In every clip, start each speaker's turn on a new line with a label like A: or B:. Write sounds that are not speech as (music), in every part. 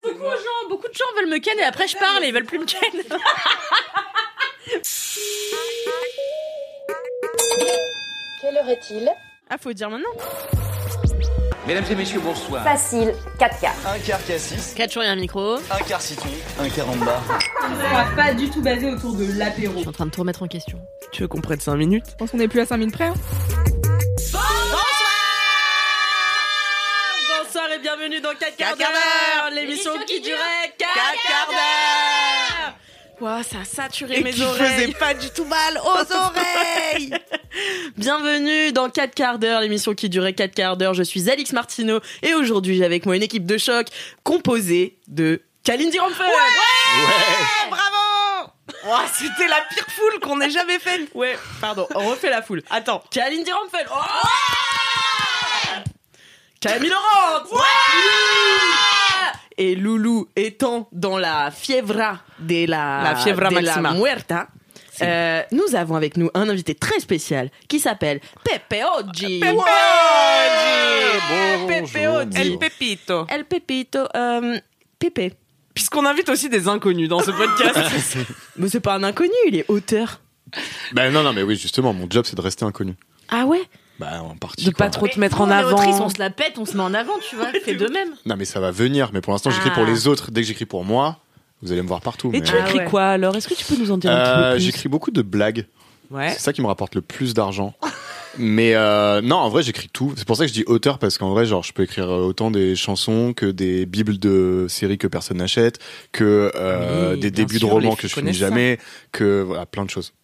A: Beaucoup de gens, beaucoup de gens veulent me ken et après je parle et ils veulent plus me ken.
B: Quelle heure est-il
A: Ah, faut dire maintenant.
C: Mesdames et messieurs, bonsoir.
B: Facile, 4 quarts.
C: Un quart cassis,
A: 4 jours et un micro. Je
C: un quart citron, un quart amba.
D: pas du tout basé autour de l'apéro.
A: suis en train de tout remettre en question.
E: Tu veux qu'on prenne 5 minutes
D: Je pense qu'on est plus à 5000 près. hein.
A: Bonsoir et bienvenue dans 4 quarts
E: Quatre quarts
A: d'heure,
E: d'heure,
A: l'émission qui durait 4
E: quarts
A: quarts d'heure. Ouah, ça a saturé mes
E: qui
A: oreilles.
E: faisait pas du tout mal aux oreilles
A: (laughs) Bienvenue dans 4 quarts d'heure, l'émission qui durait 4 quarts d'heure. Je suis Alix Martineau et aujourd'hui j'ai avec moi une équipe de choc composée de Kalindi Ramphel.
E: Eh, Bravo Ouah, C'était la pire foule qu'on ait jamais faite
A: Ouais, pardon, on refait la foule. Attends, Kalindi Ramphel. Oh Camille Laurent. Et Loulou étant dans la fievra de la,
E: La fievra
A: de
E: maxima.
A: la muerta. euh, nous avons avec nous un invité très spécial qui s'appelle Pepe Oggi.
E: Pepe
A: Ouais,
C: Oggi.
A: Pepe Oggi.
E: El Pepito
A: El Pepito. euh, Pepe.
E: Puisqu'on invite aussi des inconnus dans ce podcast.
A: Mais c'est pas un inconnu, il est auteur.
F: Ben non, non, mais oui, justement, mon job c'est de rester inconnu.
A: Ah ouais
F: Bah en
E: (laughs)
F: partie.
E: De
F: quoi.
E: pas trop te mettre
A: nous,
E: en
A: on est autrice,
E: avant.
A: on se la pète, on se met en avant, tu vois. Fais de même.
F: Non, mais ça va venir, mais pour l'instant j'écris
A: Ah.
F: pour les autres. Dès que j'écris pour moi, vous allez me voir partout.
E: Et
F: mais-
E: tu
A: Ah
E: écris
A: ouais.
E: quoi alors Est-ce que tu peux nous en dire un petit
F: Euh,
E: peu plus
F: J'écris beaucoup de blagues.
E: Ouais.
F: C'est ça qui me rapporte le plus d'argent. mais euh, non, en vrai, j'écris tout. C'est pour ça que je dis auteur parce qu'en vrai, genre, je peux écrire euh, autant des chansons que des bibles de séries que personne n'achète, que euh,
E: Oui,
F: des
E: bien
F: débuts
E: sûr,
F: de romans
E: les
F: que je
E: filles connaissent
F: finis jamais, que voilà, plein de choses.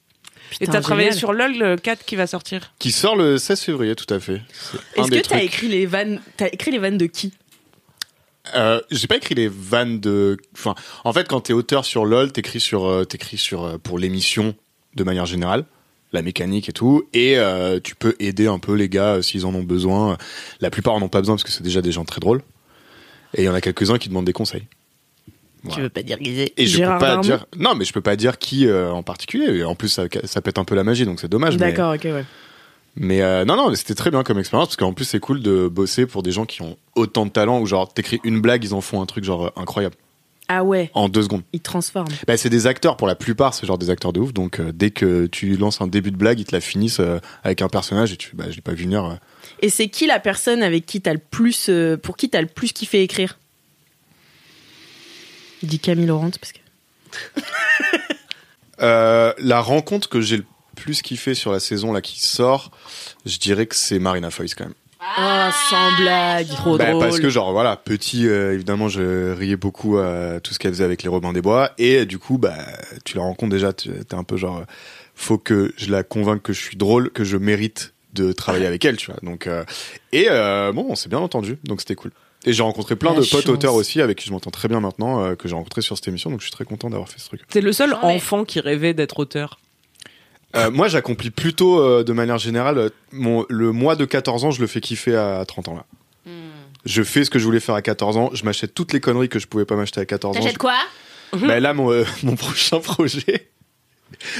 E: Et t'as
A: Putain,
E: travaillé
A: génial.
E: sur LOL le 4 qui va sortir
F: Qui sort le 16 février, tout à fait. C'est un
A: Est-ce
F: des
A: que t'as
F: trucs.
A: écrit les vannes T'as écrit les vannes de qui
F: Euh, j'ai pas écrit les vannes de. Enfin, en fait, quand t'es auteur sur LOL, t'écris sur, euh, t'écris sur euh, pour l'émission de manière générale, la mécanique et tout, et euh, tu peux aider un peu les gars euh, s'ils en ont besoin. La plupart en ont pas besoin parce que c'est déjà des gens très drôles, et il y en a quelques uns qui demandent des conseils. Voilà.
A: pas dire Guizé.
F: Et je
A: Gérard
F: peux pas
A: Darmon
F: dire. Non, mais je peux pas dire qui euh, en particulier. Et en plus, ça, ça pète un peu la magie, donc c'est dommage. mais-
A: D'accord, ok, ouais.
F: mais euh, non, non, mais c'était très bien comme expérience parce qu'en plus c'est cool de bosser pour des gens qui ont autant de talent ou genre t'écris une blague, ils en font un truc genre euh, incroyable
A: Ah ouais,
F: en deux secondes.
A: il transforme.
F: Bah, c'est des acteurs pour la plupart, c'est genre des acteurs de ouf. Donc euh, dès que tu lances un début de blague, ils te la finissent euh, avec un personnage et tu fais, bah je l'ai pas vu venir. euh.
A: Et c'est qui la personne avec qui t'as le plus, euh, pour qui t'as le plus kiffé écrire Il dit Camille Laurent parce que.
F: Euh, la rencontre que j'ai le plus kiffé sur la saison là qui sort, je dirais que c'est Marina Foïs quand même.
A: Ah, sans blague, trop
F: Bah,
A: drôle.
F: parce que genre voilà, petit euh, évidemment, je riais beaucoup à tout ce qu'elle faisait avec les Robins des Bois et euh, du coup bah tu la rencontres déjà, tu- t'es un peu genre euh, faut que je la convainque que je suis drôle, que je mérite de travailler avec elle, tu vois. Donc euh, et euh, bon, on s'est bien entendu, donc c'était cool. Et j'ai rencontré plein
A: La
F: de
A: chance.
F: potes auteurs aussi avec qui je m'entends très bien maintenant euh, que j'ai rencontré sur cette émission, donc je suis très content d'avoir fait ce truc.
E: T'es le seul
A: Ah ouais.
E: enfant qui rêvait d'être auteur.
F: Euh, moi, j'accomplis plutôt euh, de manière générale euh, mon, le mois de 14 ans, je le fais kiffer à 30 ans là.
E: Hmm.
F: Je fais ce que je voulais faire à 14 ans, je m'achète toutes les conneries que je pouvais pas m'acheter à 14 ans.
A: quoi
F: Bah, là, mon, euh, (laughs) mon prochain projet,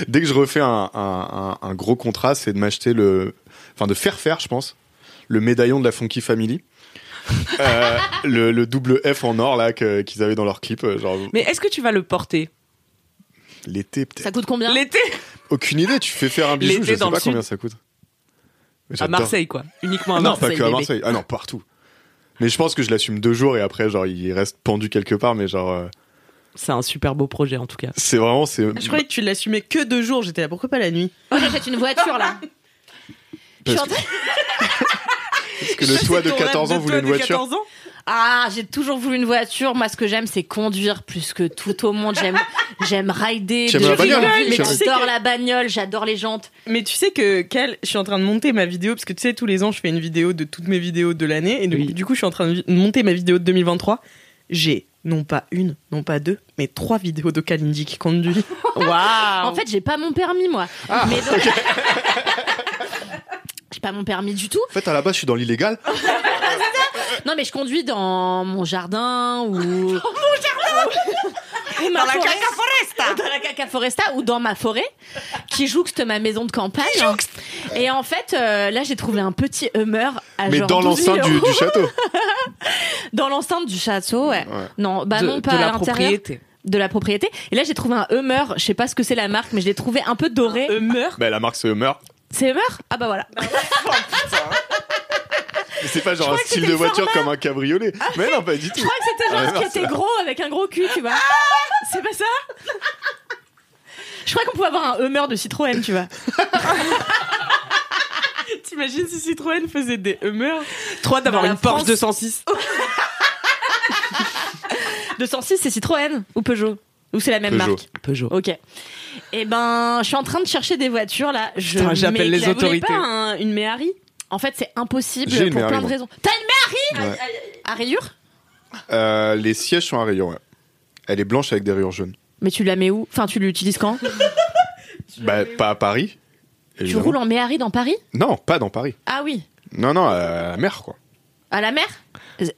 F: dès que je refais un, un- un- un gros contrat, c'est de m'acheter le. Enfin, de faire faire, je pense, le médaillon de la
E: (laughs)
F: Funky Family. Euh, le, le double F en or là que- qu'ils avaient dans leur clip, euh, genre
E: Mais est-ce que tu vas le porter
F: l'été peut-être.
A: Ça coûte combien
E: L'été
F: Aucune idée, tu
E: (laughs)
F: fais faire un bijou,
E: L'été
F: je sais
E: dans
F: pas
E: le sud.
F: combien ça coûte. Mais
E: À
F: j'adore.
E: Marseille quoi. Uniquement à
F: non,
E: Marseille.
F: pas que à
E: bébé.
F: Marseille. Ah non, partout. Mais je pense que je l'assume deux jours et après, genre, il reste pendu quelque part. Mais genre, euh,
E: C'est un super beau projet en tout cas.
F: c'est vraiment, c'est.
A: Je croyais que tu l'assumais que deux jours, j'étais là, pourquoi pas la nuit
G: J'achète une voiture là.
F: Parce que,
G: (laughs)
F: parce que le toit de 14 ans voulait une voiture.
G: Ah, j'ai toujours voulu une voiture. Moi, ce que j'aime, c'est conduire plus que tout au monde. J'aime, j'aime rider,
F: Tu aimes
G: de-
F: la bagnole
G: mais
F: Tu aimes-
G: j'adore la bagnole, j'adore les jantes.
A: Mais tu sais que Cal, je suis en train de monter ma vidéo parce que tu sais tous les ans je fais une vidéo de toutes mes vidéos de l'année et donc, du coup je suis en train de vi- monter ma vidéo de 2023. J'ai non pas une, non pas deux, mais trois vidéos de Kalindi qui
E: (laughs)
A: conduit. Waouh.
G: En fait, j'ai pas mon permis moi. Mais (laughs) donc- j'ai pas mon permis du tout.
F: En fait, à la base, je suis dans l'illégal.
G: Non, mais je conduis dans mon jardin (laughs) ou. mon jardin Ou (laughs) ma
E: Dans la
G: forêt. Ah,
E: caca foresta
G: Dans la caca foresta ou dans ma forêt qui jouxte ma maison de campagne. Et en fait, euh, là, j'ai trouvé un petit Hummer à
F: Mais
G: Ah, genre
F: dans
G: 12 000
F: l'enceinte du,
G: euros.
F: du
G: (laughs)
F: château.
G: Dans l'enceinte du château, ouais.
F: Ouais.
G: Non, bah non, pas à l'intérieur de la propriété. Et là, j'ai trouvé un Hummer, je sais pas ce que c'est la marque, mais je l'ai trouvé un peu doré.
A: meurt.
F: Bah, la marque, c'est Hummer.
G: C'est Hummer Ah bah voilà.
F: Mais C'est pas genre un
G: crois que
F: style
G: c'était
F: de
G: le
F: voiture comme un cabriolet. Mais non, pas du
G: Je
F: tout.
G: crois que c'était
F: Ah,
G: genre qui
F: mince.
G: était gros avec un gros cul, tu vois.
F: Ah
G: C'est pas ça Je crois qu'on pouvait avoir un Hummer de Citroën, tu vois.
A: (laughs) T'imagines si Citroën faisait des humeurs
E: 3 d'avoir
A: Dans la
E: une Porsche
A: France.
E: 206.
G: 206, c'est Citroën ou Peugeot Ou c'est la même
F: Peugeot.
G: marque
E: Peugeot.
G: Ok. Eh ben, je suis en train de chercher des voitures là. Je
E: Putain, j'appelle les
G: m'éclate. Vous voulez
E: autorités.
G: pas un- une Méhari En fait, c'est impossible
F: J'ai une
G: pour
F: Méhari,
G: plein de
F: moi.
G: raisons. T'as une Méhari
F: Ouais.
G: À rayures
F: Euh, les sièges sont à rayures, ouais. Elle est blanche avec des rayures jaunes.
G: Mais tu la mets où Enfin, tu l'utilises quand
F: Bah, pas à Paris.
G: Tu
F: évidemment.
G: roules en Méhari dans Paris
F: Non, pas dans Paris.
G: Ah oui.
F: Non, non, à la mer, quoi.
G: À la mer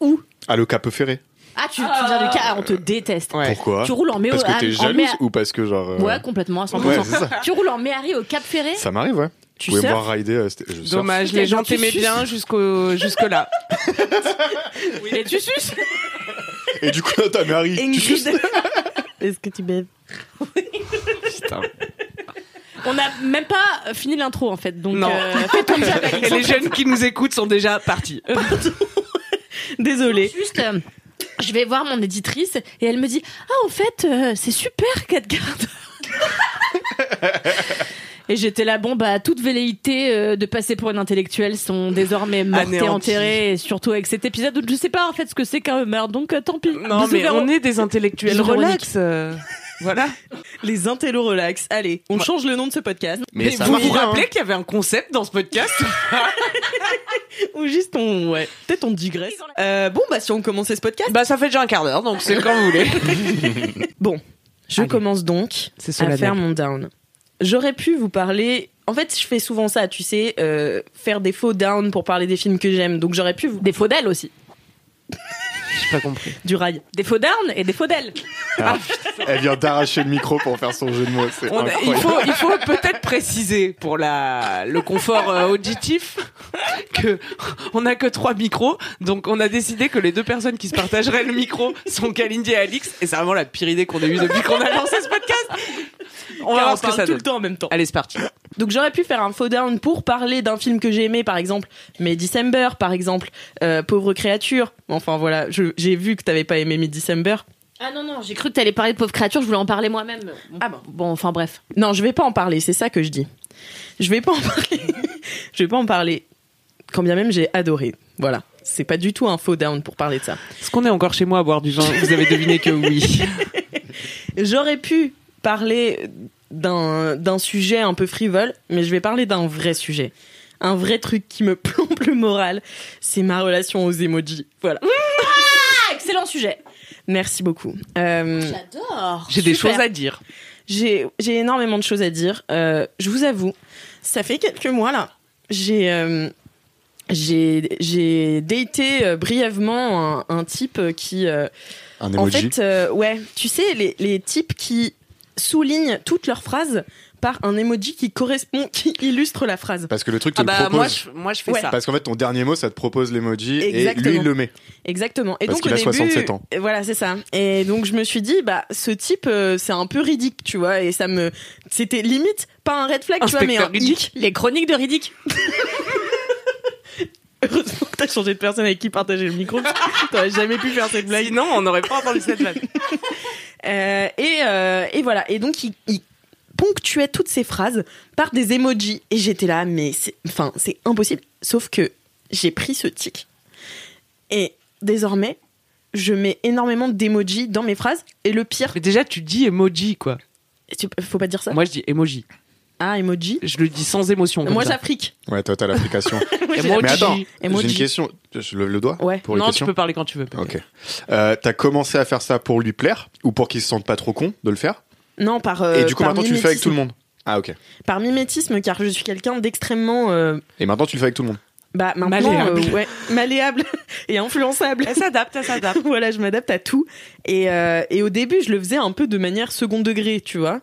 G: Où
F: À le Cap Ferré.
G: Ah, tu, tu viens de Ca- ah, on te déteste.
F: Pourquoi
G: Tu roules en Méo.
F: Parce
A: ah,
F: que t'es
G: en
F: jalouse
G: Méa-
F: ou parce que genre. euh,
G: Ouais, complètement, à 100%.
F: Ouais, c'est ça.
G: Tu roules en Méhari au Cap Ferré
F: Ça m'arrive, ouais.
G: Tu
F: Vous pouvez me
G: surfes
F: voir rider. euh, c'était- je surfe.
E: Dommage, les gens t'aimaient bien jusqu'au (laughs) jusque-là.
G: et tu suces
F: Et du coup, t'as Marie. (laughs) Tu suces
G: (laughs)
A: Est-ce que tu baises
E: Putain.
G: On n'a même pas fini l'intro en fait, donc
E: Non.
G: euh, fais ton
F: (laughs)
G: job,
E: Et les
G: Alexandre.
E: jeunes qui nous écoutent sont déjà partis.
A: Désolée.
G: Juste, euh, je vais voir mon éditrice et elle me dit Ah, en fait, euh, c'est super, 4 gardes. (laughs) Et j'étais là, bon, bah, toutes velléités euh, de passer pour une intellectuelle
A: (laughs)
G: sont désormais mortes et
E: Anéanties.
G: enterrées, et surtout avec cet épisode où je sais pas en fait ce que c'est qu'un meurt, donc euh, tant pis.
E: Non,
G: Bisous,
E: mais
G: Véro.
E: on est des intellectuels.
G: Bisous,
E: Relax. euh, Voilà.
A: Les intello relax. Allez, on change le nom de ce podcast
F: Mais ça
E: vous
F: marche
E: vous
F: bien, hein.
E: rappelez qu'il y avait un concept dans ce podcast
A: ou juste on ouais, peut-être on digresse. Euh, bon bah si on commençait ce podcast.
E: (laughs) Bah, ça fait déjà un quart d'heure, donc c'est quand vous voulez.
A: Bon, je
E: Allez.
A: commence donc
E: C'est
A: à
E: solennel.
A: faire mon down. J'aurais pu vous parler. En fait, je fais souvent ça, tu sais, euh, faire des faux down pour parler des films que j'aime. Donc j'aurais pu vous
G: Des faux d'elle aussi.
E: (laughs) J'ai pas compris. Oh,
A: du rail.
G: Des faux down et des faux d'elle.
F: Elle vient d'arracher le micro pour faire son jeu de mots.
E: (laughs)
F: C'est
E: On a- il
F: incroyable.
E: faut, il faut peut-être préciser pour la, le confort euh, auditif (laughs) que on n'a que trois micros, donc on a décidé que les deux personnes qui se partageraient le micro sont Kalindi et Alix, et c'est vraiment la pire idée qu'on ait eue depuis qu'on a lancé ce podcast. On va
A: Car
E: voir ce que
A: parle
E: ça
A: tout
E: donne.
A: le temps en même temps.
E: Allez, c'est parti.
A: Donc j'aurais pu faire un faux down pour parler d'un film que j'ai aimé, par exemple, mais December, par exemple, euh, Pauvre créature. Enfin voilà, je- j'ai vu que t'avais pas aimé Mid December.
G: Ah non, non, j'ai cru que t'allais parler de pauvres créatures, je voulais en parler moi-même. Ah bon Bon, enfin bref.
A: Non, je vais pas en parler, c'est ça que je dis. Je vais pas en (laughs) parler. je vais pas en parler. Quand bien même j'ai adoré. Voilà. C'est pas du tout un faux down pour parler de ça.
E: Est-ce qu'on est encore chez moi à boire du vin Vous avez deviné que oui.
A: J'aurais pu parler d'un d'un sujet un peu frivole, mais je vais parler d'un vrai sujet. Un vrai truc qui me (laughs) plombe le moral, c'est ma relation aux emojis. Voilà.
G: Ah, excellent sujet
A: Merci beaucoup.
G: Hmm.
A: Euh,
G: J'adore
E: J'ai des
G: Super.
E: choses à dire.
A: j'ai j'ai énormément de choses à dire. Euh, je vous avoue, ça fait quelques mois là, j'ai euh, j'ai j'ai daté euh, brièvement un, un type qui euh,
F: Un
A: en
F: emoji.
A: fait euh, ouais, tu sais les les types qui soulignent toutes leurs phrases par un emoji qui correspond qui illustre la phrase.
F: Parce que le truc te
E: Ah bah
F: le propose.
E: moi je, moi je fais
A: Ouais.
E: ça.
F: Parce qu'en fait, ton dernier mot, ça te propose l'emoji et
A: Exactement.
F: lui, il le met.
A: Exactement. Et
F: Parce
A: donc au
F: qu'il a
A: début,
F: 67 ans.
A: et Voilà, c'est ça. Et donc je me suis dit bah ce type euh, c'est un peu ridicule, tu vois, et ça me c'était limite pas un red flag, tu vois, mais
E: Inspecteur
A: un
E: Riddick.
G: Les chroniques de Riddick
A: Heureusement que t'as changé de personne avec qui partager le micro. parce que T'aurais jamais pu faire cette blague.
E: Sinon, on n'aurait pas entendu cette blague.
A: Euh, et, euh, et voilà. Et donc, il, il ponctuait toutes ses phrases par des emojis. Et j'étais là, mais c'est, enfin, c'est impossible. Sauf que j'ai pris ce tic. Et désormais, je mets énormément d'emojis dans mes phrases. Et le pire,
E: Mais déjà, tu dis emoji, quoi.
A: tu- faut pas dire ça.
E: Moi, je dis emoji.
A: Ah, emoji.
E: Je le dis sans émotion. comme
A: Moi,
E: ça.
A: j'applique. (laughs)
F: Ouais, toi, t'as l'application.
A: Moi, j'ai-
E: Emoji.
F: Mais attends, j'ai
A: Emoji.
F: une question. Je lève le doigt
A: Ouais.
F: pour une
E: Non, tu
F: question.
E: peux parler quand tu veux.
F: Ok. Euh, t'as commencé à faire ça pour lui plaire ou pour qu'il se sente pas trop con de le faire
A: Non, par. euh,
F: Et du coup,
A: par
F: maintenant, tu le fais avec
A: mimétisme.
F: tout le monde. Ah, ok.
A: Par mimétisme, car je suis quelqu'un d'extrêmement. euh,
F: Et maintenant, tu le fais avec tout le monde.
A: bah, maintenant,
E: Malléable.
A: euh, ouais, malléable (laughs) et influençable.
E: Elle s'adapte, elle s'adapte.
A: (laughs) voilà, je m'adapte à tout. Et, euh, et au début, je le faisais un peu de manière second degré, tu vois.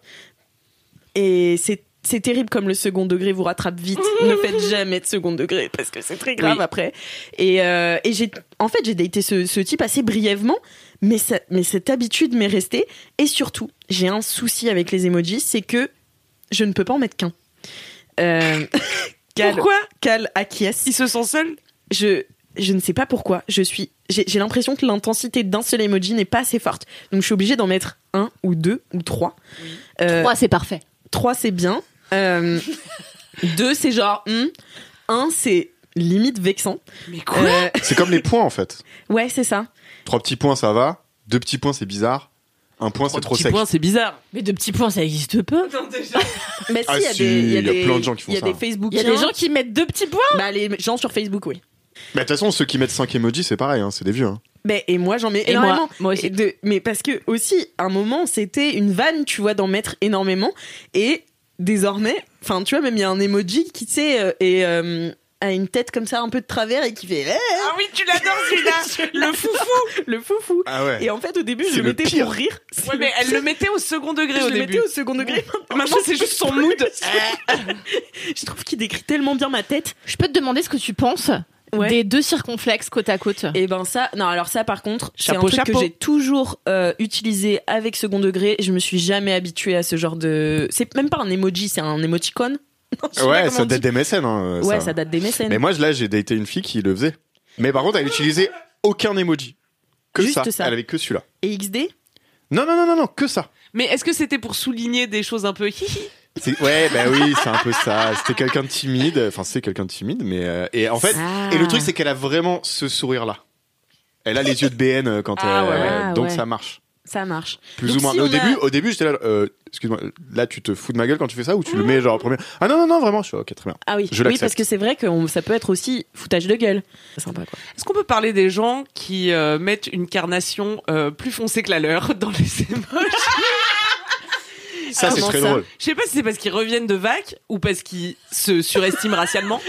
A: Et c'est. c'est terrible comme le second degré vous rattrape vite.
E: (laughs)
A: ne faites jamais de second degré parce que c'est très grave
E: Oui.
A: après. Et, euh, et j'ai, en fait, j'ai daté ce, ce type assez brièvement, mais, ça- mais cette habitude m'est restée. Et surtout, j'ai un souci avec les emojis, c'est que je ne peux pas en mettre qu'un.
E: (laughs)
A: Euh, Cal,
E: Pourquoi
A: Cal acquiesce.
E: Ils se sont seuls
A: Je, je ne sais pas pourquoi. Je suis, j'ai j'ai l'impression que l'intensité d'un seul emoji n'est pas assez forte. Donc je suis obligée d'en mettre un ou deux ou trois. Euh,
G: Trois, c'est parfait.
A: 3 c'est bien.
G: (laughs)
A: 2 c'est genre 1 c'est limite vexant.
E: Mais quoi
A: Euh,
F: C'est comme les points, en fait.
A: ouais, c'est ça.
F: Trois petits points, ça va. Deux petits points, c'est bizarre. Un point, c'est trop
E: Petit
F: sec.
E: point, c'est bizarre.
G: Mais de petits points, ça existe peu.
A: Mais
F: Ah
A: si, il y a
F: si,
A: des-
F: il y a
A: des-
F: plein de gens qui font
A: Il y a
F: ça. hein.
A: des Facebook.
G: Il y a des gens qui mettent deux petits points.
A: Bah, les gens sur Facebook, oui.
F: Mais de toute façon, ceux qui mettent 5 emojis, c'est pareil, hein, c'est des vieux. hein.
A: Mais, et moi, j'en mets
G: Et moi,
A: énormément.
G: moi aussi.
A: Et de- mais parce que, aussi, à un moment, c'était une vanne, tu vois, d'en mettre énormément. Et désormais, enfin, tu vois, même il y a un emoji qui, tu sais, euh, est, euh, a une tête comme ça, un peu de travers et qui fait eh,
E: Ah oui, tu l'adores
G: (laughs)
E: celui-là Le foufou
A: (laughs) le foufou.
F: Ah ouais.
A: Et en fait, au début,
F: C'est
A: je le
F: le
A: mettais
F: pire.
A: pour rire. C'est
E: Ouais, mais
A: le
E: elle le mettait au second degré
A: je
E: au
A: le
E: début.
A: mettais au second degré.
E: Maintenant, c'est juste
G: (laughs)
E: son mood.
A: Je trouve qu'il décrit tellement bien ma tête.
G: Je peux te demander ce que tu penses
A: Ouais.
G: des deux circonflexes côte à côte.
A: Et ben ça, non alors ça par contre, c'est un
E: Chapeau,
A: truc que
E: chapeau.
A: j'ai toujours euh, utilisé avec second degré. Je me suis jamais habituée à ce genre de. C'est même pas un emoji, c'est un émoticône. (laughs) Non, je sais pas
F: Ouais,
A: comment
F: ça
A: on dit.
F: date des mécènes. hein,
A: Ouais,
F: ça.
A: ça date des mécènes.
F: Mais moi, là, j'ai daté une fille qui le faisait. Mais par contre, elle utilisait aucun emoji. Que
A: Juste
F: ça.
A: ça.
F: Elle avait que celui-là.
A: Et XD
F: Non, non, non, non, non, que ça.
E: Mais est-ce que c'était pour souligner des choses un peu hihi
F: C'est- Ouais, bah oui, c'est un peu ça. C'était quelqu'un de timide. Enfin, c'est quelqu'un de timide, mais. euh, Et en fait,
A: Ah.
F: et le truc, c'est qu'elle a vraiment ce sourire-là. Elle a les yeux de BN euh, quand
E: Ah
F: elle.
E: ouais.
F: euh,
A: Ah
F: donc
A: ouais.
F: ça marche.
A: ça marche.
F: Plus
A: Donc
F: ou moins.
A: si
F: Mais au,
A: on a-
F: début, au début, j'étais là. euh, Excuse-moi, là, tu te fous de ma gueule quand tu fais ça ou tu le mets genre en premier Ah non, non, non, vraiment. Je suis ok, très bien.
A: Ah oui,
F: Je
A: oui
F: l'accepte.
A: parce que c'est vrai que on- ça peut être aussi foutage de gueule. C'est Sympa quoi.
E: Est-ce qu'on peut parler des gens qui euh, mettent une carnation euh, plus foncée que la leur dans les émotions
F: Ça, c'est
A: comment
F: très
A: ça
F: drôle.
E: Je sais pas si c'est parce qu'ils reviennent de vac ou parce qu'ils se
F: (laughs)
E: surestiment racialement.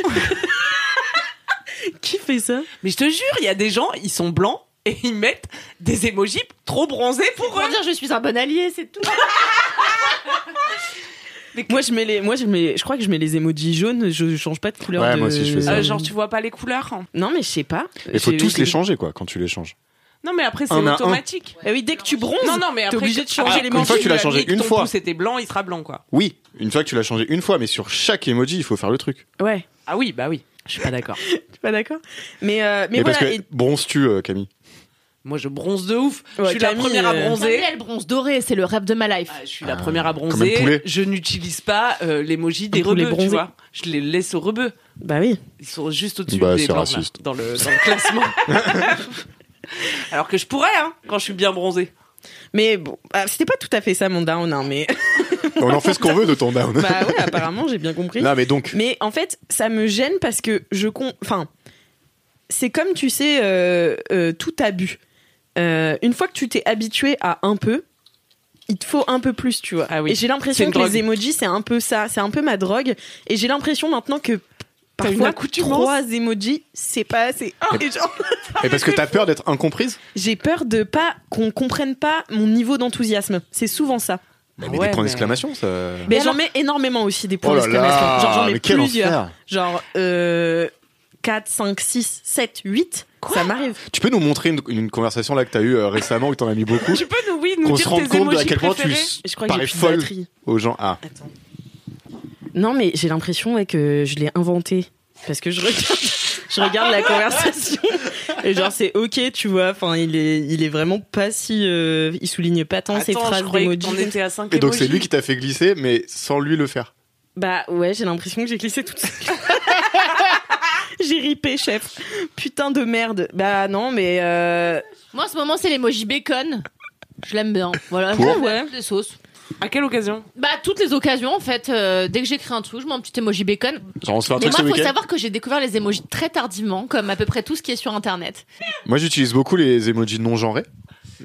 A: Qui fait ça
E: Mais je te jure, il y a des gens, ils sont blancs et ils mettent des émojis trop bronzés pour
G: Pour
E: eux.
G: dire je suis un bon allié,
A: (laughs)
G: c'est tout.
A: Moi je mets les, moi je mets, je crois que je mets les emojis jaunes. Je change pas de couleur.
F: Ouais,
A: de-
F: moi aussi, je fais ça.
E: Euh, genre, tu vois pas les couleurs. hein.
A: Non mais je sais pas.
F: Il faut
A: J'ai-
F: tous les
A: j'ai-
F: changer, quoi, quand tu les changes.
E: Non, mais après, c'est
F: Un à un.
E: automatique.
A: Eh oui, dès que tu bronzes.
E: Non, non, mais
A: T'es
E: après,
A: obligé de changer les
E: quand
F: manches. Une fois que tu l'as
E: lui as
F: changé
E: mis que
F: une
E: ton
F: fois.
E: pouce était blanc, il sera blanc, quoi.
F: Oui, une fois que tu l'as changé une fois, mais sur chaque emoji, il faut faire le truc.
A: Ouais,
E: Ah oui, bah oui. Je suis pas d'accord.
A: je suis pas d'accord. Mais, euh, mais,
F: Mais,
A: voilà.
F: parce que
A: et-
F: bronzes-tu, euh, Camille
E: Moi, je bronze de ouf.
A: Ouais,
E: je suis
A: Camille,
E: la première à
A: euh,
E: bronzer.
G: Elle bronze dorée, c'est le rêve de ma life.
E: Ah, je suis la première à
F: comme un poulet.
E: bronzer. Je n'utilise pas euh, l'emoji des
A: Un poulet
E: rebeux, tu
A: bronzé.
E: vois. Je les laisse aux rebeux.
A: Bah oui.
E: Ils sont juste au-dessus
F: Bah,
E: des
F: c'est
E: blancs, là,
F: raciste.
E: dans, le, dans le classement. (laughs) Alors que je pourrais, hein, quand je suis bien bronzée.
A: Mais bon, bah, c'était pas tout à fait ça mon down, hein,
F: (laughs)
A: mais
F: On en fait ce qu'on veut de ton down.
A: bah ouais, apparemment j'ai bien compris.
F: Là, mais donc.
A: Mais en fait, ça me gêne parce que je con... Enfin, c'est comme tu sais, euh, euh, tout abus. Euh, une fois que tu t'es habitué à un peu, il te faut un peu plus, tu vois.
E: Ah oui.
A: Et j'ai
E: C'est
A: l'impression
E: une
A: que les
E: drogue.
A: emojis, c'est un peu ça, c'est un peu ma drogue. Et j'ai l'impression maintenant que
E: T'as une
A: parfois
E: accoutumance.
A: trois emojis, c'est pas assez. Et genre,
F: Et parce que t'as peur d'être incomprise
A: (laughs) J'ai peur de pas qu'on comprenne pas mon niveau d'enthousiasme. C'est souvent ça.
F: Mais,
E: Ah
F: mais
E: ouais,
F: des points
E: mais-
F: d'exclamation, ça.
A: Mais j'en mets énormément aussi des points
F: Oh là
A: d'exclamation.
F: là,
A: Genre j'en mets
F: mais quel
A: plusieurs.
F: enfer.
A: Genre euh, 4, 5, 6, 7, 8. ça m'arrive.
F: Tu peux nous montrer une, une conversation là que t'as eue euh, récemment ou que t'en as mis beaucoup
E: Tu peux nous, oui, nous
F: Qu'on se
E: dire
F: rende
E: tes
F: compte de à
E: émojis
F: quel point tu
E: préférés
F: s-
A: Je crois que j'ai
F: parais
A: plus de
F: folle
A: batterie.
F: aux gens. Ah,
A: Non mais j'ai l'impression ouais, que je l'ai inventé. Parce que je regarde, (laughs) je regarde la conversation et genre c'est ok tu vois. Enfin il est, il est vraiment pas si, euh, il souligne pas tant ses
E: Attends, je
A: phrases
E: croyais que
A: d'emoji.
E: t'en étais à 5
F: et donc c'est lui qui t'a fait glisser, mais sans lui le faire.
A: Bah ouais, j'ai l'impression que j'ai glissé (laughs) toute seule. j'ai ripé, chef. Putain de merde. Bah non, mais euh,
G: Moi, en ce moment, c'est l'emoji bacon. Je l'aime bien. Voilà,
F: Pour
G: je ouais. des sauces.
E: À quelle occasion
G: Bah, toutes les occasions, en fait, euh, dès que j'écris un truc, je mets un petit emoji bacon.
F: Genre, on se fait un
G: Mais
F: truc
G: moi,
F: ce
G: il faut
F: week-end
G: savoir que j'ai découvert les emojis très tardivement, comme à peu près tout ce qui est sur Internet.
F: Moi, j'utilise beaucoup les emojis non genrés.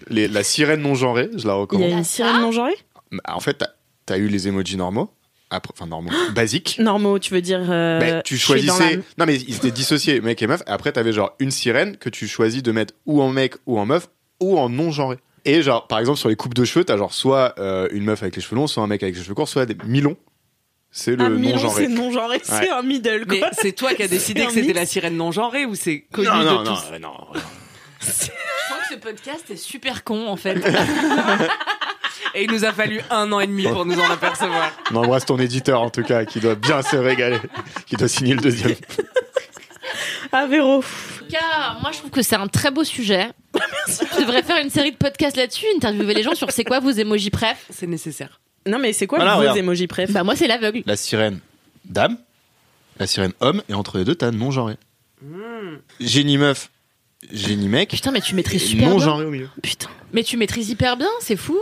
F: Les- la sirène non genrée, je
A: Il y
F: la
A: a
F: recommande.
A: une sirène non genrée
F: Bah, En fait, t'as- t'as eu les emojis normaux, après- enfin
A: (gasps)
F: normaux, basiques.
A: Normaux, tu veux dire. euh,
F: Mais Bah, tu
A: je suis dans
F: choisissais.
A: la-
F: Non, mais ils étaient dissociés, mec et meuf. Après, t'avais genre une sirène que tu choisis de mettre ou en mec ou en meuf ou en non genré. Et genre, par exemple, sur les coupes de cheveux, t'as genre soit euh, une meuf avec les cheveux longs, soit un mec avec les cheveux courts, soit des milons. C'est le
A: Ah,
F: non
A: Milan,
F: genré.
A: c'est non genré, c'est un middle
E: Mais
A: quoi.
E: c'est toi qui as décidé
A: C'est
E: que
A: un
E: c'était
A: mix.
E: la sirène non genrée ou c'est connu
F: Non, non,
E: de
F: non,
E: tous
F: non, non.
G: Je pense que ce podcast est super con, en fait.
E: Et il nous a fallu un an et demi pour nous en apercevoir.
F: On embrasse ton éditeur, en tout cas, qui doit bien se régaler, qui doit signer le deuxième.
A: (laughs) Ah, Véro.
G: En tout cas, moi, je trouve que c'est un très beau (laughs) sujet. Je devrais faire une série de podcasts là-dessus, interviewer les gens sur c'est quoi vos emojis préf.
E: C'est nécessaire.
A: Non, mais c'est quoi
F: Voilà,
A: vos
F: regarde.
A: emojis préf
G: Bah, moi, c'est l'aveugle.
F: la sirène dame, la sirène homme, et entre les deux, t'as non genré. Génie meuf, génie mec,
G: Putain, mais tu maîtrises
F: et
G: super
F: non
G: bien.
F: genré au milieu.
G: Putain. Mais tu maîtrises hyper bien, c'est fou.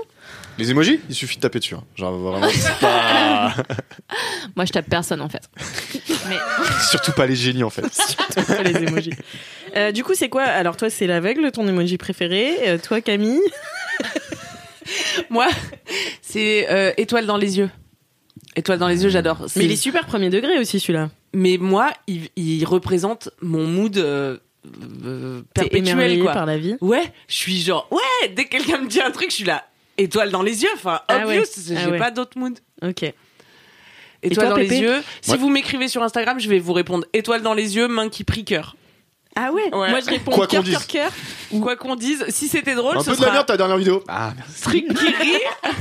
F: Les emojis, il suffit de taper dessus. hein. Genre vraiment, c'est pas...
G: Moi, je tape personne, en fait. Mais
F: (laughs) surtout pas les génies en fait.
A: Pas les
F: (laughs)
A: emojis. Euh, du coup, c'est quoi Alors, toi, c'est l'aveugle, ton emoji préféré. Euh, toi, Camille
E: Moi, c'est euh, étoile dans les yeux. Étoile dans les yeux, j'adore.
A: Mais
E: C'est-
A: il est super premier degré aussi, celui-là.
E: mais moi, il, il représente mon mood euh, euh,
A: T'es
E: perpétuel,
A: émerveillé
E: quoi.
A: par la vie.
E: Ouais, je suis genre, ouais, dès que quelqu'un me dit un truc, je suis là, étoile dans les yeux, enfin,
A: Ah
E: obvious,
A: ouais,
E: j'ai
A: ah ouais.
E: pas d'autre mood.
A: Ok.
E: Étoile
A: toi,
E: dans les
A: Pépé
E: yeux. Si
F: Ouais.
E: vous m'écrivez sur Instagram, je vais vous répondre étoile dans les yeux, main qui prie cœur.
A: Ah ouais,
E: Ouais.
A: Moi, je réponds
F: Quoi
A: cœur,
F: qu'on
A: cœur,
F: dise.
A: cœur.
E: Quoi qu'on dise, si c'était drôle,
F: Un
E: ce
F: peu de la
E: sera
F: merde ta dernière vidéo. Ah,
E: truc qui rit.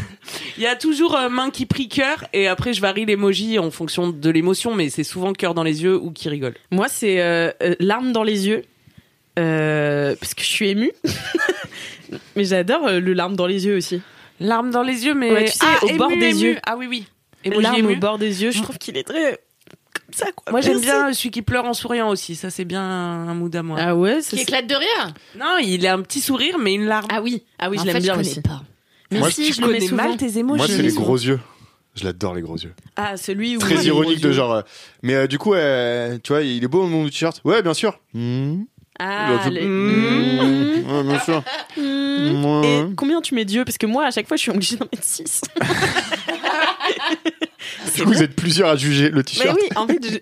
E: Il y a toujours euh, main qui prie cœur et après je varie l'emoji en fonction de l'émotion, mais c'est souvent cœur dans les yeux ou qui rigole.
A: Moi, c'est euh, euh, larmes dans les yeux. Euh, parce que je suis émue. (laughs) mais j'adore euh, le larme dans les yeux aussi.
E: Larmes dans les yeux, mais
A: Ouais, tu sais,
E: Ah,
A: au bord des
E: ému.
A: yeux.
E: Ah oui, oui.
A: Le
E: Emoji
A: larme
E: ému.
A: au bord des yeux, je trouve qu'il est très. Comme ça, quoi.
E: Moi j'aime
A: Merci.
E: bien celui qui pleure en souriant aussi, ça c'est bien un mood à moi.
A: Ah ouais, ça,
G: qui
A: c'est-
G: éclate de rire.
E: Non, il a un petit sourire mais une larme.
G: Ah oui. Ah
A: oui, je l'aime bien
G: je connais
A: aussi.
G: Pas.
A: Mais
F: Moi,
A: si,
F: tu
A: je le mets
E: connais
A: souvent.
E: mal tes émois.
F: moi
E: je
F: c'est
E: les
F: les
E: souvent.
F: gros yeux. Je l'adore les gros yeux.
A: Ah, celui où.
F: Très ironique de
A: genre
F: genre. euh, mais euh, du coup, euh, tu vois, il est beau mon t-shirt. Ouais, bien sûr. Mmh.
A: Ah,
F: Genre,
A: les-
F: tu- Mmh. Ouais, bien sûr. Mmh.
A: Et combien tu mets Dieu Parce que moi, à chaque fois, je suis obligée d'en mettre
F: (laughs)
A: 6.
F: Du coup, vous êtes plusieurs à juger
E: Bah
F: le
A: Mais
F: t-shirt.
A: oui, en fait, je-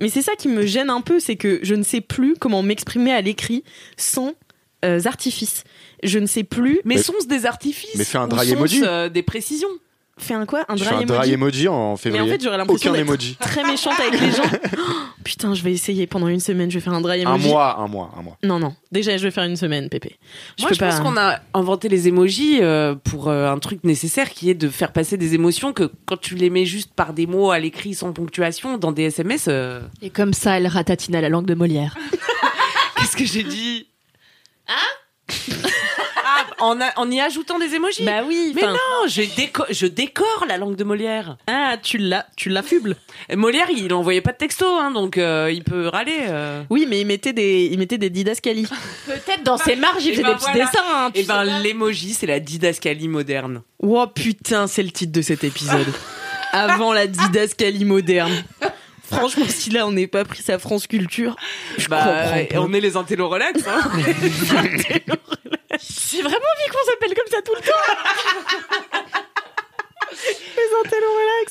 A: Mais c'est ça qui me gêne un peu, c'est que je ne sais plus comment m'exprimer à l'écrit sans euh, artifice. Je ne sais plus.
E: Mais,
F: Mais-
E: sont-ce des artifices
F: mais fais un
E: Ou
F: dry
E: sont-ce,
F: emoji.
E: euh, des précisions.
A: Fais un quoi Un
F: Je
A: dry
F: fais un
A: emoji
F: dry emoji en
A: Mais
F: février.
A: en fait, j'aurais l'impression
F: Aucun
A: d'être
F: emoji.
A: très méchante avec les
F: (laughs)
A: gens. Oh, putain, je vais essayer pendant une semaine, je vais faire un dry
F: Un
A: emoji.
F: mois, un mois,
A: (laughs)
F: un mois.
A: Non, non. Déjà, je vais faire une semaine, Pépé.
E: Moi,
A: peux
E: je pense
A: pas-
E: qu'on a inventé les émojis euh, pour euh, un truc nécessaire qui est de faire passer des émotions que quand tu les mets juste par des mots à l'écrit sans ponctuation dans des SMS. euh,
A: (laughs)
G: Et comme ça, elle ratatine à la langue de Molière.
E: Qu'est-ce que j'ai dit Hein ah, en, a- en y ajoutant des émojis
A: Bah oui.
E: Mais
A: enfin-
E: non, je, déco- je décore la langue de Molière.
A: Ah, tu l'as, tu l'affubles.
E: Et Molière, il envoyait pas de texto, hein, donc euh, il peut râler. euh.
A: Oui, mais il mettait des, il mettait des didascalies.
G: Peut-être dans ses marges, il
E: Eh
G: faisait
E: ben
G: des petits
E: voilà.
G: dessins. hein, tu
E: Eh
G: sais
E: ben,
G: pas.
E: l'émoji, c'est la didascalie moderne.
A: Oh putain, c'est le titre de cet épisode.
G: (laughs)
A: Avant la didascalie moderne. Franchement, si là on n'est pas pris sa France culture, je
F: Bah,
A: comprends pas.
E: Bah, eh, on est les intellorelax. Hein.
G: J'ai vraiment envie qu'on s'appelle comme ça tout le temps.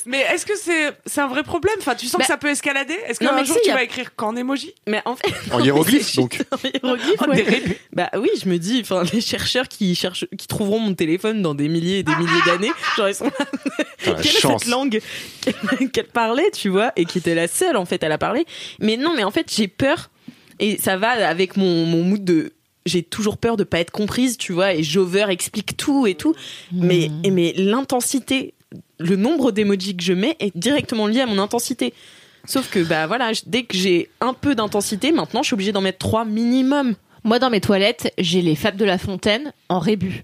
E: Mais est-ce que c'est c'est un vrai problème Enfin, tu sens
G: Bah-
E: que ça peut escalader Est-ce
A: Non,
E: qu'un
A: mais
E: jour
A: si,
E: tu
A: y a-
E: vas écrire qu'en émoji
A: Mais en fait, (laughs)
F: En hiéroglyphe, donc.
A: en hiéroglyphe,
G: (laughs)
E: Oh,
A: ouais.
E: des rébus.
A: Bah oui, je me dis, enfin, les chercheurs qui cherchent, qui trouveront mon téléphone dans des milliers et des milliers d'années, genre ils sont là,
F: Putain, la
A: quelle est
F: chance.
A: cette langue (laughs) qu'elle- qu'elle parlait, tu vois, et qui était la seule en fait à la parler. Mais non, mais en fait, j'ai peur, et ça va avec mon, mon mood de. J'ai toujours peur de pas être comprise, tu vois, et Joveur explique tout et tout. Mais, et
G: Hmm.
A: mais l'intensité, le nombre d'emojis que je mets est directement lié à mon intensité. Sauf que, bah voilà, je- dès que j'ai un peu d'intensité, maintenant je suis obligée d'en mettre trois minimum.
G: Moi, dans mes toilettes, j'ai les Fables de la Fontaine en rébut.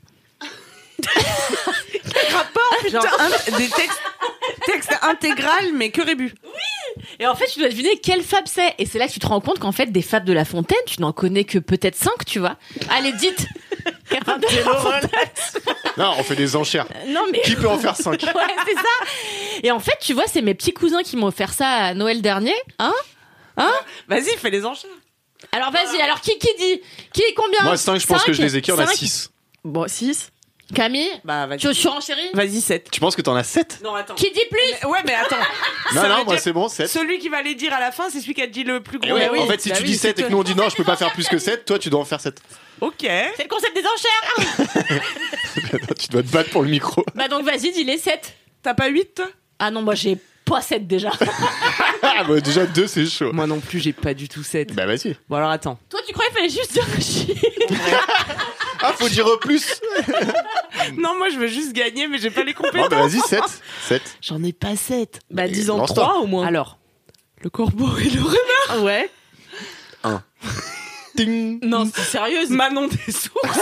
E: Genre un- des textes, textes intégral mais que rébus.
G: Et en fait, tu dois deviner quelle fable c'est. Et c'est là que tu te rends compte qu'en fait, des fables de la Fontaine, tu n'en connais que peut-être 5, tu vois. Allez, dites
F: Non, on fait des enchères.
G: Non, mais. (laughs)
F: Qui peut en faire 5
G: Ouais, c'est ça. Et en fait, tu vois, c'est mes petits cousins qui m'ont offert ça à Noël dernier. Hein
E: Vas-y, fais les enchères.
G: Alors vas-y, alors qui, qui dit Qui combien
F: Moi, 5, je pense que je les ai qui en a
G: Cinq
F: 6.
A: Bon, 6.
G: Camille,
E: Bah, vas-y.
G: tu surenchéris
E: Vas-y, 7.
F: Tu penses que t'en as 7
E: Non, attends.
G: Qui dit plus
E: Mais- Ouais, mais attends.
F: Non,
E: Ah, Ça
F: non,
E: veut
F: moi
E: dire-
F: c'est Eh bon, 7.
E: Celui qui va les dire à la fin, c'est celui qui a dit le plus gros.
F: en fait, si
E: Bah
F: tu
E: oui,
F: dis
E: c'est
F: 7 et que
E: toi.
F: nous on dit non, je peux pas faire plus que 7, toi tu dois en faire 7.
E: Ok.
G: C'est le concept des enchères
F: (laughs) tu dois te battre pour le micro. (laughs)
G: Bah donc vas-y, dis les 7.
E: T'as pas 8
G: Ah non, moi j'ai pas 7 déjà.
F: Ah, bah déjà 2, c'est chaud.
E: Moi non plus, j'ai pas du tout 7.
F: Bah vas-y.
E: Bon, alors attends.
G: Toi, tu croyais qu'il fallait juste dire chi
F: Ah, faut dire plus
E: Non, moi je veux juste gagner, mais j'ai pas les
F: Ah,
E: compétences.
F: bah vas-y, 7. 7.
E: J'en ai pas 7.
A: Bah,
F: Et
A: 10 ans,
F: lance-toi.
A: 3 au moins. Ah
E: Alors, le corbeau et le renard.
A: Ouais.
F: Ting
A: Non, c'est sérieuse.
E: Manon des sources.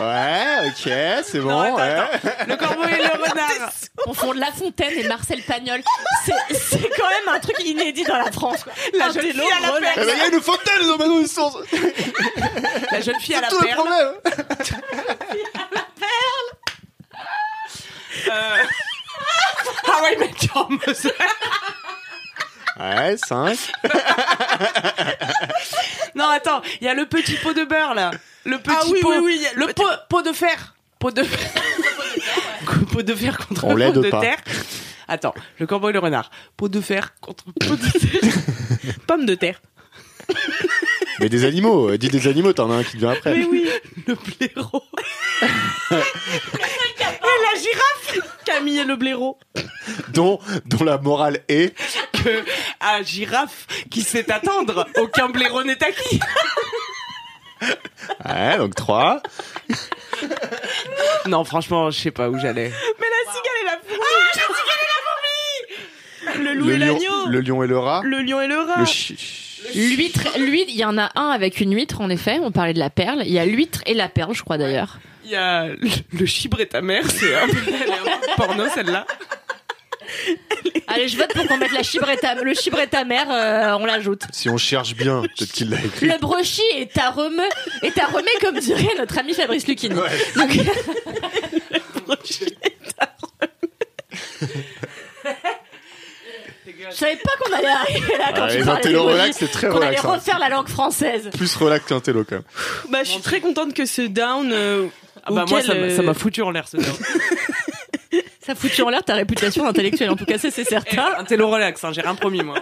F: Ouais, ok, c'est bon.
E: attends,
F: ouais.
E: (laughs) le corbeau et le renard.
G: On fond La Fontaine et Marcel Pagnol. C'est- C'est quand même un truc inédit dans la France. quoi.
E: La
G: Un
E: jeune
G: télo
E: fille à la
G: relax.
F: Eh ben, il y a une fontaine, ils ont maintenant une source.
E: La jeune fille à la
F: Tout le
E: perle.
F: problème.
E: Euh... Ah ouais, mais tu en mesure.
F: Ouais, 5.
E: Non, attends, il y a le petit pot de beurre là. Le petit
A: oui,
E: pot.
A: oui, oui, il y a-
E: Le pot, pot de fer. Pot de fer. (laughs) pot de fer contre
F: On
E: pot
F: l'aide
E: de
F: pas.
E: terre. Attends, le corbeau et le renard. Pot de fer contre pot de terre.
F: (laughs)
A: Pomme de terre.
F: Mais des animaux, euh, dis des animaux, t'en as un qui vient après.
A: Eh
E: oui. (laughs) Le blaireau.
A: (laughs) Et la girafe Camille et le blaireau.
F: Dont, dont la morale est.
E: Que à girafe qui sait attendre, aucun blaireau n'est acquis.
F: Ouais, donc 3.
E: Non, franchement, je sais pas où j'allais.
A: Mais la cigale et la fourmi. la cigale et la fourmi Le loup
F: Le
A: et
F: lion,
A: l'agneau.
F: le lion et le rat.
A: Le lion et le rat.
F: Le chi-
G: L'huître, l'huître, il y en a un avec une huître en effet, on parlait de la perle, il y a l'huître et la perle je crois d'ailleurs.
E: Il y a le, le chibre et ta mère, c'est un peu elle est un peu porno celle-là.
G: Allez, je vote pour qu'on mette la chibre et ta, le chibre et ta mère, euh, on l'ajoute.
F: Si on cherche bien, peut-être qu'il l'a écrit.
G: Le brochi et ta remue, et ta remue comme dirait notre ami Fabrice Lucchini. (laughs) Je savais pas qu'on allait arriver là quand
F: Ah,
G: tu
F: les
G: parlais
F: intello
G: d'Emoji,
F: relax, c'est très
G: qu'on allait
F: relaxant.
G: refaire la langue française.
F: Plus relax qu'un télo, quand même.
A: Bah, je suis très contente que ce down. euh,
E: Ah bah moi
A: auquel,
E: ça m'a-
A: euh,
E: ça m'a foutu en l'air ce
A: (laughs)
E: terme.
G: Ça foutu en l'air ta réputation intellectuelle, en tout cas ça, c'est
E: Eh,
G: certain.
E: Un télo relax, hein, j'ai rien promis moi.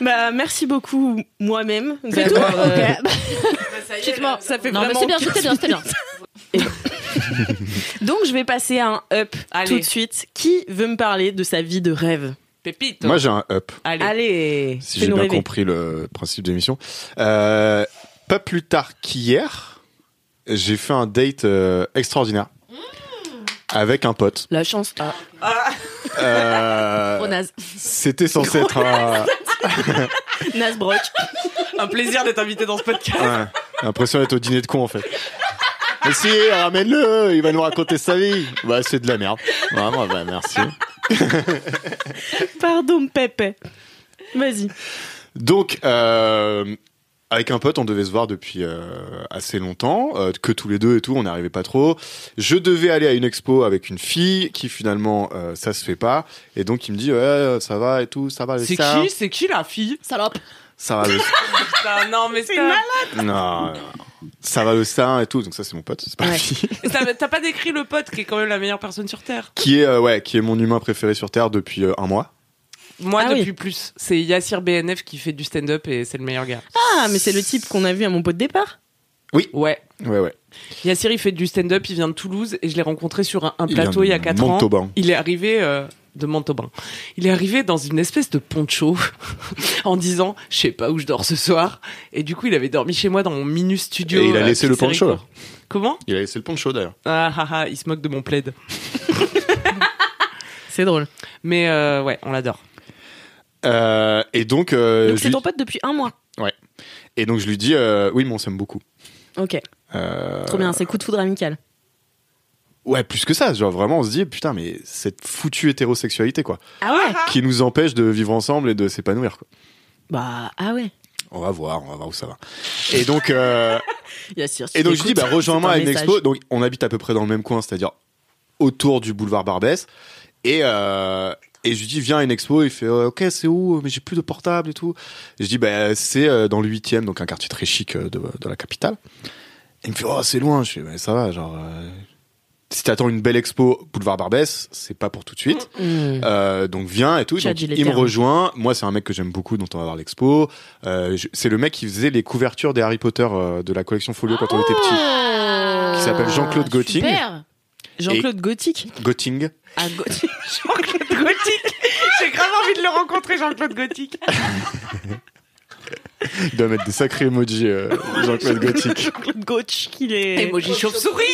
A: Bah, merci beaucoup moi-même.
G: C'est tout
A: d'avoir, euh,
G: Ok.
E: Bah,
A: Effectivement, ça fait
G: Non mais
A: vraiment.
G: c'est bien, c'était bien, c'était bien.
A: Donc, je vais passer à un up
E: Allez.
A: tout de suite. Qui veut me parler de sa vie de rêve
E: Pépite.
F: Moi, j'ai un up,
E: Allez.
A: Allez,
F: si j'ai
A: fais-nous
F: bien
A: rêver.
F: compris le principe de l'émission. Euh, pas plus tard qu'hier, j'ai fait un date euh, extraordinaire
A: Mmh.
F: avec un pote.
A: La chance. Oh, Ah, (laughs)
F: Euh,
G: Trop naze.
F: C'était censé être un.
A: Nasbrock.
E: Un plaisir d'être invité dans ce podcast.
F: Ouais, j'ai l'impression d'être au dîner de con en fait. Mais si, ramène-le, il va nous raconter sa vie. Bah, c'est de la merde. Vraiment, bah, merci.
A: (laughs) Pardon, Pépé. Vas-y.
F: Donc, euh, avec un pote, on devait se voir depuis euh, assez longtemps, euh, que tous les deux et tout, on n'arrivait pas trop. Je devais aller à une expo avec une fille qui finalement, euh, ça se fait pas. Et donc, il me dit, ouais, euh, ça va et tout, ça va, le
E: C'est
F: ça,
E: qui C'est qui la fille
G: Salope.
F: ça va, le
E: Putain, non mais c'est
F: non, non, non. ça va, le ça et tout. Donc ça, c'est mon pote, c'est pas la fille.
E: T'as t'as pas décrit le pote qui est quand même la meilleure personne sur terre.
F: Qui est, euh, ouais, qui est mon humain préféré sur Terre depuis euh, un mois.
E: Moi
A: Ah oui.
E: depuis plus, c'est Yassir BNF qui fait du stand-up et c'est le meilleur gars.
A: Ah, mais c'est le type qu'on a vu à mon pot de départ.
E: Ouais.
F: Ouais, ouais.
E: Yassir il fait du stand-up, il vient de Toulouse et je l'ai rencontré sur un, un
F: Il vient
E: plateau
F: de
E: il y a 4 ans.
F: Montauban.
E: Il est arrivé euh, de Montauban. Il est arrivé dans une espèce de poncho (laughs) en disant je sais pas où je dors ce soir et du coup il avait dormi chez moi dans mon mini studio.
F: Et il a
E: euh,
F: laissé le
E: pizzeria.
F: poncho, là.
E: Comment
F: Il a laissé le poncho d'ailleurs.
E: ah, ah ah, il se moque de mon plaid.
A: C'est drôle.
E: Mais euh, ouais, on l'adore.
F: Euh, et donc, euh,
A: Donc,
F: je
A: c'est
F: lui-
A: ton pote depuis un mois.
F: et donc je lui dis, euh, oui, mais on s'aime beaucoup.
A: Ok,
F: Euh,
A: trop bien. C'est coup de foudre amical.
F: Ouais, plus que ça. Genre vraiment, on se dit putain, mais cette foutue hétérosexualité quoi,
A: Ah ouais
F: qui nous empêche de vivre ensemble et de s'épanouir. quoi.
A: Bah, ah ouais.
F: On va voir, on va voir où ça va. Et donc, euh,
A: Yassir, si
F: et donc je dis,
A: t'écoutes,
F: bah, rejoins-moi
A: c'est
F: à
A: un
F: une
A: message.
F: expo. Donc, on habite à peu près dans le même coin, c'est-à-dire autour du boulevard Barbès. Et, euh, et je lui dis, viens à une expo. Il fait, euh, ok, c'est où Mais j'ai plus de portable et tout. Et je dis, bah, c'est euh, dans le 8 donc un quartier très chic euh, de, de la capitale. Et il me fait, oh, c'est loin. Je fais, mais ça va, genre. euh, si t'attends une belle expo boulevard Barbès, c'est pas pour tout de suite.
A: Mmh.
F: Euh, donc viens et tout.
A: J'ai
F: Donc,
A: dit les
F: il me
A: termes.
F: rejoint. Moi, c'est un mec que j'aime beaucoup, dont on va voir l'expo. Euh, je- c'est le mec qui faisait les couvertures des Harry Potter euh, de la collection Folio quand on était petit. Qui s'appelle Jean-Claude
A: Ah,
F: Gotting.
A: Oh.
G: Super.
A: Jean-Claude Gothic.
F: Gotting.
A: Ah, Gothic.
E: (laughs) Jean-Claude Gothic. J'ai grave envie de le rencontrer, Jean-Claude Gothic.
F: Il doit mettre des sacrés emojis, euh, Jean-Claude Gothic.
A: Jean-Claude Gothic, il est.
E: Emoji chauve-souris.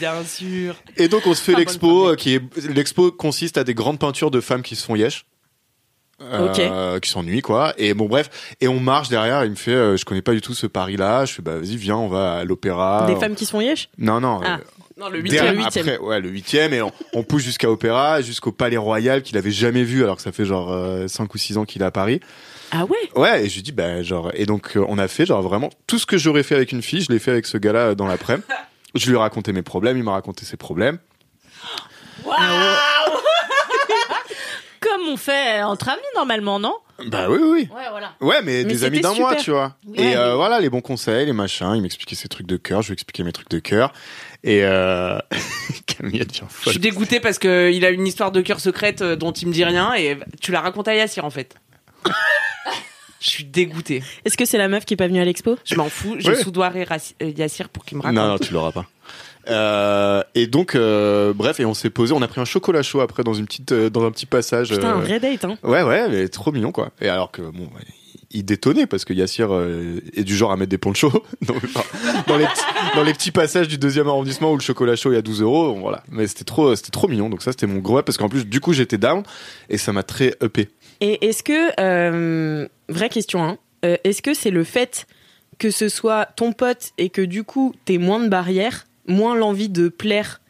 E: Bien sûr.
F: Et donc, on se fait
A: Ah, bonne
F: l'expo euh, qui est, l'expo consiste à des grandes peintures de femmes qui se font yesh. Euh, qui s'ennuient quoi et bon bref et on marche derrière il me fait euh, je connais pas du tout ce Paris là je fais bah vas-y viens on va à l'opéra
A: Des
F: On-
A: femmes qui sont yesh
F: non non
A: Ah.
F: euh,
E: Non, le
F: Derrière-
E: huitième.
F: Après, ouais, le huitième, et on, on pousse jusqu'à Opéra, jusqu'au Palais Royal qu'il avait jamais vu, alors que ça fait genre 5 ou 6 ans qu'il est à Paris.
A: Ah ouais
F: Ouais, et je lui dis, bah, genre, et donc euh, on a fait, genre, vraiment, tout ce que j'aurais fait avec une fille, je l'ai fait avec ce gars-là euh, dans l'après-midi. Je lui ai raconté mes problèmes, il m'a raconté ses problèmes.
A: Ah
G: Comme on fait entre amis normalement, non
F: Bah oui, oui, oui.
G: Ouais, voilà.
F: Ouais,
A: Mais
F: mais, des amis
A: c'était
F: d'un mois,
A: super.
F: tu vois.
G: Ouais,
F: et euh,
G: mais-
F: voilà, les bons conseils, les machins. Il m'expliquait ses trucs de cœur, je lui expliquais mes trucs de cœur. Et euh... (laughs) Camille, elle devient
E: Je
F: folle.
E: suis dégoûté parce que il a une histoire de cœur secrète euh, dont il me dit rien et tu la racontes à Yassir en
F: (laughs)
E: fait. Je suis dégoûté.
A: Est-ce que c'est la meuf qui est pas venue à l'expo
E: Je m'en fous. Je
F: Ouais.
E: soudoirai Rassi- euh, Yassir pour qu'il me raconte.
F: Non, non,
E: tout.
F: tu l'auras pas. Euh, et donc, euh, bref, et on s'est posé, on a pris un chocolat chaud après dans une petite, euh, dans un petit passage.
A: Putain, un
F: euh,
A: vrai date, hein.
F: Ouais, ouais, mais trop mignon quoi. Et alors que bon, ouais, il détonnait parce que Yassir euh, est du genre à mettre des ponchos (laughs) dans, enfin, dans les petits, dans les petits passages du deuxième arrondissement où le chocolat chaud est à 12 euros. Voilà, mais c'était trop, euh, c'était trop mignon. Donc ça, c'était mon gros up parce qu'en plus, du coup, j'étais down et ça m'a très uppé.
A: Et est-ce que, euh, vraie question, hein, euh, est-ce que c'est le fait que ce soit ton pote et que du coup t'aies moins de barrières, moins l'envie de plaire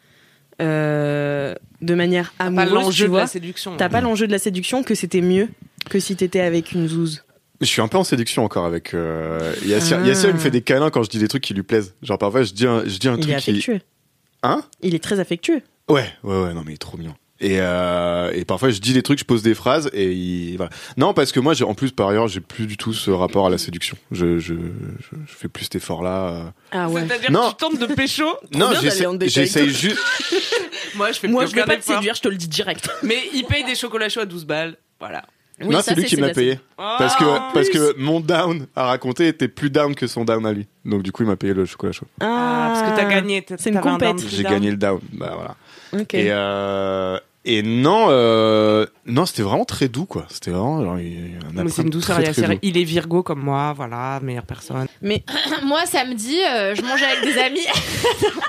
A: euh, de manière
E: Pas
A: amoureuse, tu
E: l'enjeu de
A: vois
E: la séduction.
A: T'as pas l'enjeu de la séduction que c'était mieux que si t'étais avec une zouze.
F: Je suis un peu en séduction encore avec euh, Yassir.
A: Ah.
F: Yassir, il me fait des câlins quand je dis des trucs qui lui plaisent. Genre parfois, je dis un, je dis un
A: Il est
F: truc qui,
A: affectueux.
F: hein.
A: Il est très affectueux.
F: Ouais, ouais, ouais, non, mais il est trop mignon. Et, euh, et parfois, je dis des trucs, je pose des phrases, et il, voilà. Non, parce que moi, j'ai, en plus, par ailleurs, j'ai plus du tout ce rapport à la séduction. Je, je, je, je fais plus cet effort-là. euh.
A: Ah ouais.
E: C'est-à-dire
F: Non.
E: que tu tentes de pécho.
A: bien
F: Non,
A: d'aller
F: j'essaie,
A: en détail.
F: j'essaye juste.
E: (laughs) Moi, je fais
A: Moi,
E: plus
A: je vais
E: aucun
A: pas te
E: effort.
A: séduire, je te le dis direct.
E: Mais il paye des chocolats chauds à 12 balles. Voilà.
F: non,
G: ça,
F: c'est lui
G: c'est
F: qui me l'a
G: Sébastien.
F: payé. Parce que,
E: Ah, en
F: parce
E: plus.
F: que mon down à raconter était plus down que son down à lui. Donc, du coup, il m'a payé le chocolat chaud.
E: Ah, parce que t'as gagné. t'as-
A: C'est une
E: t'avais un
A: compète.
E: down.
F: J'ai gagné le down. Bah, voilà.
A: Ok. (laughs)
F: Et, euh, et non, euh, non, c'était vraiment très doux, quoi. C'était vraiment, genre, il- un
E: Mais c'est
F: après-midi
E: une douceur.
F: très, très
E: Yassir.
F: doux.
E: Il est Virgo comme moi. Voilà, meilleure personne.
A: Mais
G: Moi, samedi, euh, je mangeais avec (laughs) des amis.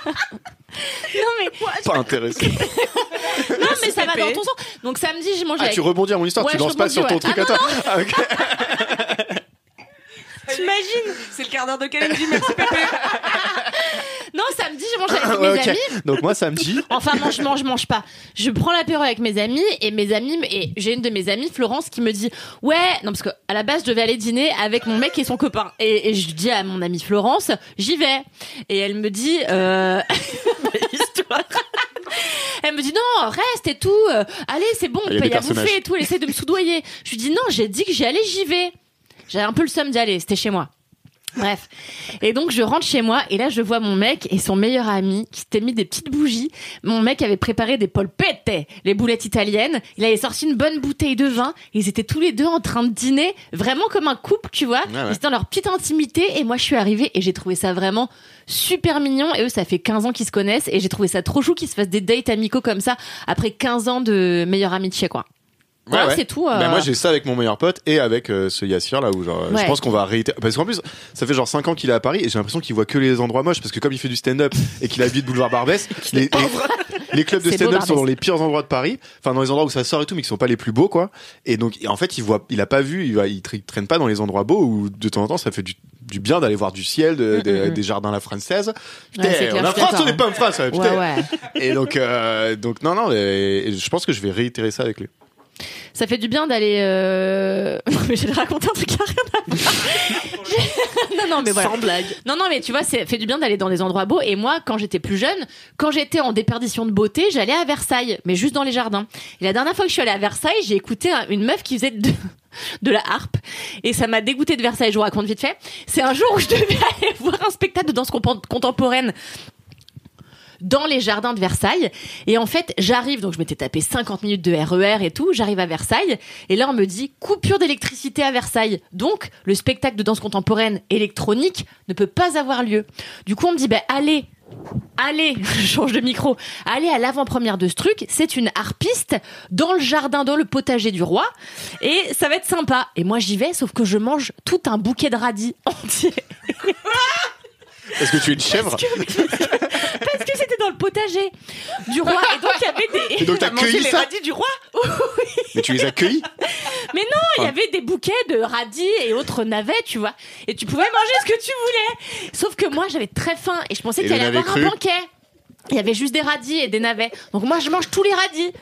G: non mais,
F: Pas intéressé.
G: non (laughs) mais ça va dans ton sens. Donc samedi, je mangeais
F: Ah,
G: avec.
F: tu rebondis à mon histoire,
G: Ouais,
F: tu
G: je
F: lances pas
G: rebondis,
F: sur ton
G: ouais.
F: truc
G: Ah,
F: à toi. Ah, ok.
E: T'imagines C'est le quart d'heure de Kalindi, merci Pépé.
G: Non, samedi, je mangeais
F: (laughs)
G: avec
F: Ah, Ouais,
G: mes
F: ok.
G: amis.
F: Donc moi samedi,
G: Enfin, mange, mange, mange pas. Je prends l'apéro avec mes amis et mes amis et j'ai une de mes amies, Florence, qui me dit ouais, non parce que à la base je devais aller dîner avec mon mec et son copain et, et je dis à mon amie Florence j'y vais et elle me dit euh... (laughs) elle me dit non reste et tout euh, allez c'est bon
F: Ah, il y a
G: paye
F: des
G: à bouffer
F: personnages.
G: et tout elle essaie de me soudoyer. Je lui dis non j'ai dit que j'y allais j'y vais. J'avais un peu le somme d'y aller c'était chez moi. Bref. Et donc, je rentre chez moi et là, je vois mon mec et son meilleur ami qui s'étaient mis des petites bougies. Mon mec avait préparé des polpette, les boulettes italiennes. Il avait sorti une bonne bouteille de vin. Ils étaient tous les deux en train de dîner, vraiment comme un couple, tu vois.
F: Ah Ouais, ouais.
G: Ils étaient dans leur petite intimité et moi, je suis arrivée et j'ai trouvé ça vraiment super mignon. Et eux, ça fait 15 ans qu'ils se connaissent et j'ai trouvé ça trop chou qu'ils se fassent des dates amicaux comme ça après 15 ans de meilleure amitié, quoi. Voilà, c'est tout. euh.
F: Bah, moi j'ai ça avec mon meilleur pote et avec euh, ce Yassir là où genre euh, je
G: Ouais.
F: pense qu'on va réitérer parce qu'en plus ça fait genre 5 ans qu'il est à Paris et j'ai l'impression qu'il voit que les endroits moches parce que comme il fait du stand-up et qu'il habite
G: (laughs)
F: boulevard Barbès, les, les- (laughs) les clubs de
G: C'est beau,
F: stand-up sont
G: Barbès.
F: dans les pires endroits de Paris, enfin dans les endroits où ça sort et tout mais qui sont pas les plus beaux quoi. Et donc et en fait il voit il a pas vu, il, va, il tra- traîne pas dans les endroits beaux où de temps en temps ça fait du, du bien d'aller voir du ciel,
G: Mm,
F: de- de- des jardins à la française. Putain,
G: c'est clair,
F: on a
G: je suis
F: France, on
G: d'accord. hein.
F: n'est pas en France, ouais, putain.
G: Ouais, ouais.
F: Et donc, euh, donc non, non, mais je pense que je vais réitérer ça avec lui.
G: Ça fait du bien d'aller. euh, (laughs) Non, mais je vais te raconter un truc qui a rien
A: (laughs)
G: à voir. non, non, mais voilà.
A: Sans blague.
G: Non, non, mais tu vois, ça fait du bien d'aller dans des endroits beaux. Et moi, quand j'étais plus jeune, quand j'étais en déperdition de beauté, j'allais à Versailles, mais juste dans les jardins. Et la dernière fois que je suis allée à Versailles, j'ai écouté un- une meuf qui faisait de, de la harpe. Et ça m'a dégoûtée de Versailles, je vous raconte vite fait. C'est un jour où je devais (laughs) aller voir un spectacle de danse compo- contemporaine dans les jardins de Versailles. Et en fait, j'arrive, donc je m'étais tapé 50 minutes de RER et tout, j'arrive à Versailles, et là on me dit coupure d'électricité à Versailles. Donc, le spectacle de danse contemporaine électronique ne peut pas avoir lieu. Du coup, on me dit, ben allez, allez, (laughs) je change de micro, allez à l'avant-première de ce truc, c'est une harpiste dans le jardin, dans le potager du roi, et ça va être sympa. Et moi j'y vais, sauf que je mange tout un bouquet de radis (laughs) entier.
F: Est-ce que tu es une chèvre
G: Parce que parce que c'était dans le potager du roi, et donc il y avait des...
F: Et donc t'as
E: Manger
F: cueilli
E: les
F: ça
E: radis du roi
F: Mais tu les as cueillis
G: Mais non, il
F: Hein.
G: y avait des bouquets de radis et autres navets, tu vois. Et tu pouvais manger ce que tu voulais. Sauf que moi, j'avais très faim et je pensais
F: Et
G: qu'il
F: le
G: allait y
F: navet
G: avoir
F: cru
G: un banquet. Il y avait juste des radis et des navets. Donc moi, je mange tous les radis.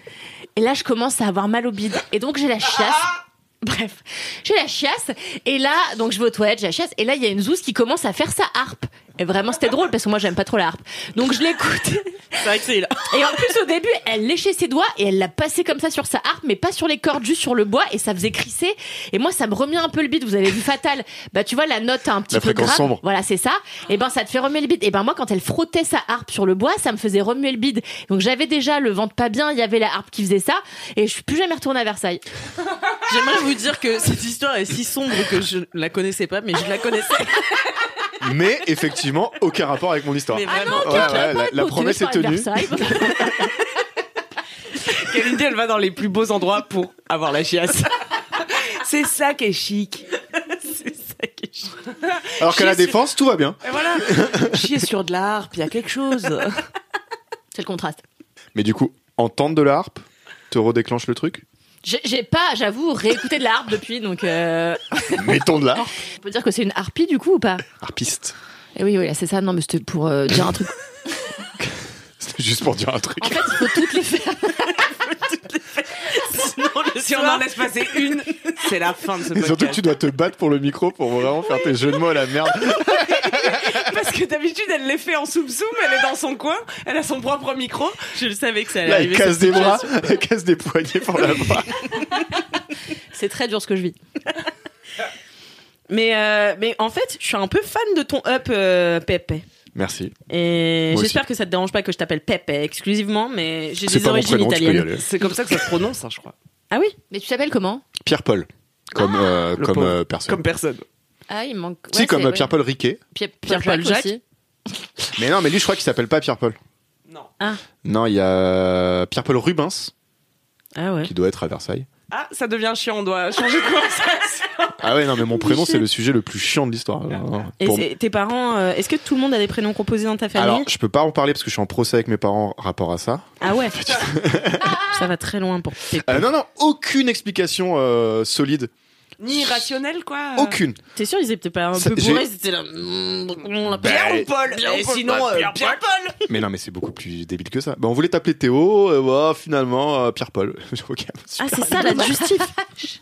G: Et là, je commence à avoir mal au bide. Et donc, j'ai la chiasse.
E: Ah
G: Bref, j'ai la chiasse. Et là, donc je vais aux toilettes, j'ai la chiasse. Et là, il y a une zouze qui commence à faire sa harpe. Et vraiment, c'était drôle parce que moi, j'aime pas trop la harpe. Donc je l'écoute.
A: C'est vrai que c'est là.
G: Et en plus, au début, elle léchait ses doigts et elle l'a passé comme ça sur sa harpe, mais pas sur les cordes, juste sur le bois, et ça faisait crisser. Et moi, ça me remet un peu le bide. Vous avez vu Fatal Bah, tu vois, la note un petit
F: La
G: peu
F: fréquence
G: grave.
F: sombre.
G: Voilà, c'est ça. Et ben, ça te fait remuer le bide. Et ben, moi, quand elle frottait sa harpe sur le bois, ça me faisait remuer le bide. Donc, j'avais déjà le ventre pas bien, il y avait la harpe qui faisait ça, et je suis plus jamais retournée à Versailles.
A: J'aimerais vous dire que cette histoire est si sombre que je la connaissais pas, mais je la connaissais.
F: Mais effectivement, aucun rapport avec mon histoire.
A: Mais
G: Ah non,
A: vraiment.
F: Ouais,
G: ok, j'avais
F: ouais,
G: pas
F: la-
G: écouté
F: la promesse est
G: parler de
F: tenue. (laughs)
G: Versailles.
E: Kalindi, elle va dans les plus beaux endroits pour avoir la chiasse. C'est ça qui
A: (laughs)
E: est chic. C'est ça qui est chic.
F: Alors qu'à la
E: Chier sur-
F: défense, tout va bien.
E: Et voilà. Chier sur de l'art, puis il y a quelque chose.
G: C'est le contraste.
F: Mais du coup, entendre de la harpe te redéclenche le truc
G: J'ai- J'ai pas, j'avoue, réécouté de la harpe depuis, donc euh,
F: Mettons de la harpe.
G: on peut dire que c'est une harpie du coup ou pas
F: Harpiste.
G: Eh oui, oui, c'est ça. Non, mais c'était pour euh, dire un truc.
F: C'était juste pour dire un truc.
G: En fait, il faut toutes les faire.
A: Sinon, le
E: Si on
A: soir-
E: en laisse passer une, c'est la fin de ce
F: Et
E: podcast.
F: surtout que tu dois te battre pour le micro pour vraiment faire tes jeux de mots à la merde.
E: Parce que d'habitude, elle les fait en soum-soum, elle est dans son coin, elle a son propre micro.
A: (laughs) Je le savais que ça allait
F: Là, elle
A: arriver.
F: casse
A: cette
F: des bras,
A: situation.
F: elle casse des poignets pour la bras.
G: (laughs) C'est très dur ce que je vis.
A: Mais, euh, mais en fait, je suis un peu fan de ton up, euh, Pepe.
F: Merci.
A: Et
F: Moi
A: j'espère que ça te dérange pas que je t'appelle Pepe exclusivement, mais j'ai
F: C'est
A: des
F: pas mon
A: origines
F: prénom, tu peux y
A: italiennes.
F: aller.
E: C'est comme ça que ça se prononce, hein, je crois.
A: Ah oui
G: Mais tu t'appelles comment
F: Pierre-Paul. Comme, euh,
E: Ah, le
F: comme
E: pauvre.
F: euh, personne.
E: Comme personne.
G: Ah, il manque.
F: Si, comme euh, Pierre-Paul Riquet.
G: Pierre-Paul
A: Pierre-Paul
G: Jacques.
A: Jacques.
G: aussi.
F: Mais non, mais lui, je crois qu'il s'appelle pas Pierre-Paul.
E: Non.
F: Non, il y a euh, Pierre-Paul Rubens,
A: Ah ouais.
F: qui doit être à Versailles.
E: Ah, ça devient chiant, on doit changer de conversation.
F: Ah ouais, non, mais mon prénom, c'est le sujet le plus chiant de l'histoire. Alors,
A: Et
F: pour-
A: c'est- tes parents, euh, est-ce que tout le monde a des prénoms composés dans ta famille
F: Alors, je peux pas en parler parce que je suis en procès avec mes parents rapport à ça.
A: Ah
F: (laughs)
A: ouais. ça va très loin pour Pepe.
F: Euh, non, non, aucune explication euh, solide.
E: (laughs) Ni irrationnel, quoi.
A: Ah.
F: Aucune.
A: T'es sûr, ils étaient pas un
F: Ça-
A: peu
F: j'ai-
A: bourrés C'était là. mm. On l'a
F: Bah,
E: Pierre ou Paul
F: Pierre ou
E: Et
F: Paul
E: sinon,
F: Bah,
E: euh,
F: Pierre-
E: Pierre-Paul
F: Mais non, mais c'est beaucoup plus débile que ça. Bah, on voulait t'appeler Théo, euh, bah, finalement, euh, Pierre-Paul. (laughs) Ok,
A: Ah, c'est ça
F: (laughs)
A: la justice.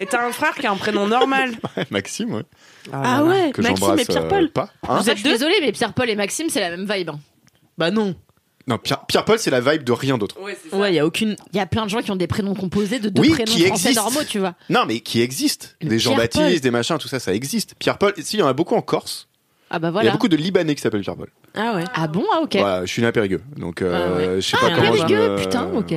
E: Et t'as un frère qui a un prénom normal.
F: Maxime, ouais.
A: Ah ouais,
F: que
A: Maxime et
F: j'embrasse euh,
A: Pierre-Paul.
F: pas. Hein
A: Vous
G: Vous
A: êtes
G: êtes
A: deux
G: désolé, mais Pierre-Paul et Maxime, c'est la même vibe. hein.
A: Bah non.
F: non, Pierre- Pierre-Paul, c'est la vibe de rien
E: (laughs)
F: d'autre.
E: Ouais, c'est ça.
A: Ouais, y a aucune.
G: Il y a plein de gens qui ont des prénoms composés de deux
F: Oui,
G: prénoms
F: qui
G: français
F: existent.
G: normaux, tu vois.
F: Non, mais qui existe. Des Jean-Baptiste, des machins, tout ça, ça existe. Pierre-Paul, si, il y en a beaucoup en Corse.
G: Ah bah
F: Il y
G: voilà.
F: a beaucoup de Libanais qui s'appellent Pierre-Paul.
A: Ah ouais.
G: Ah bon, ah ok.
F: Voilà, je suis né à Périgueux, donc euh, je sais
G: Ah,
F: pas comment je
G: Périgueux,
F: me-
G: putain, ok.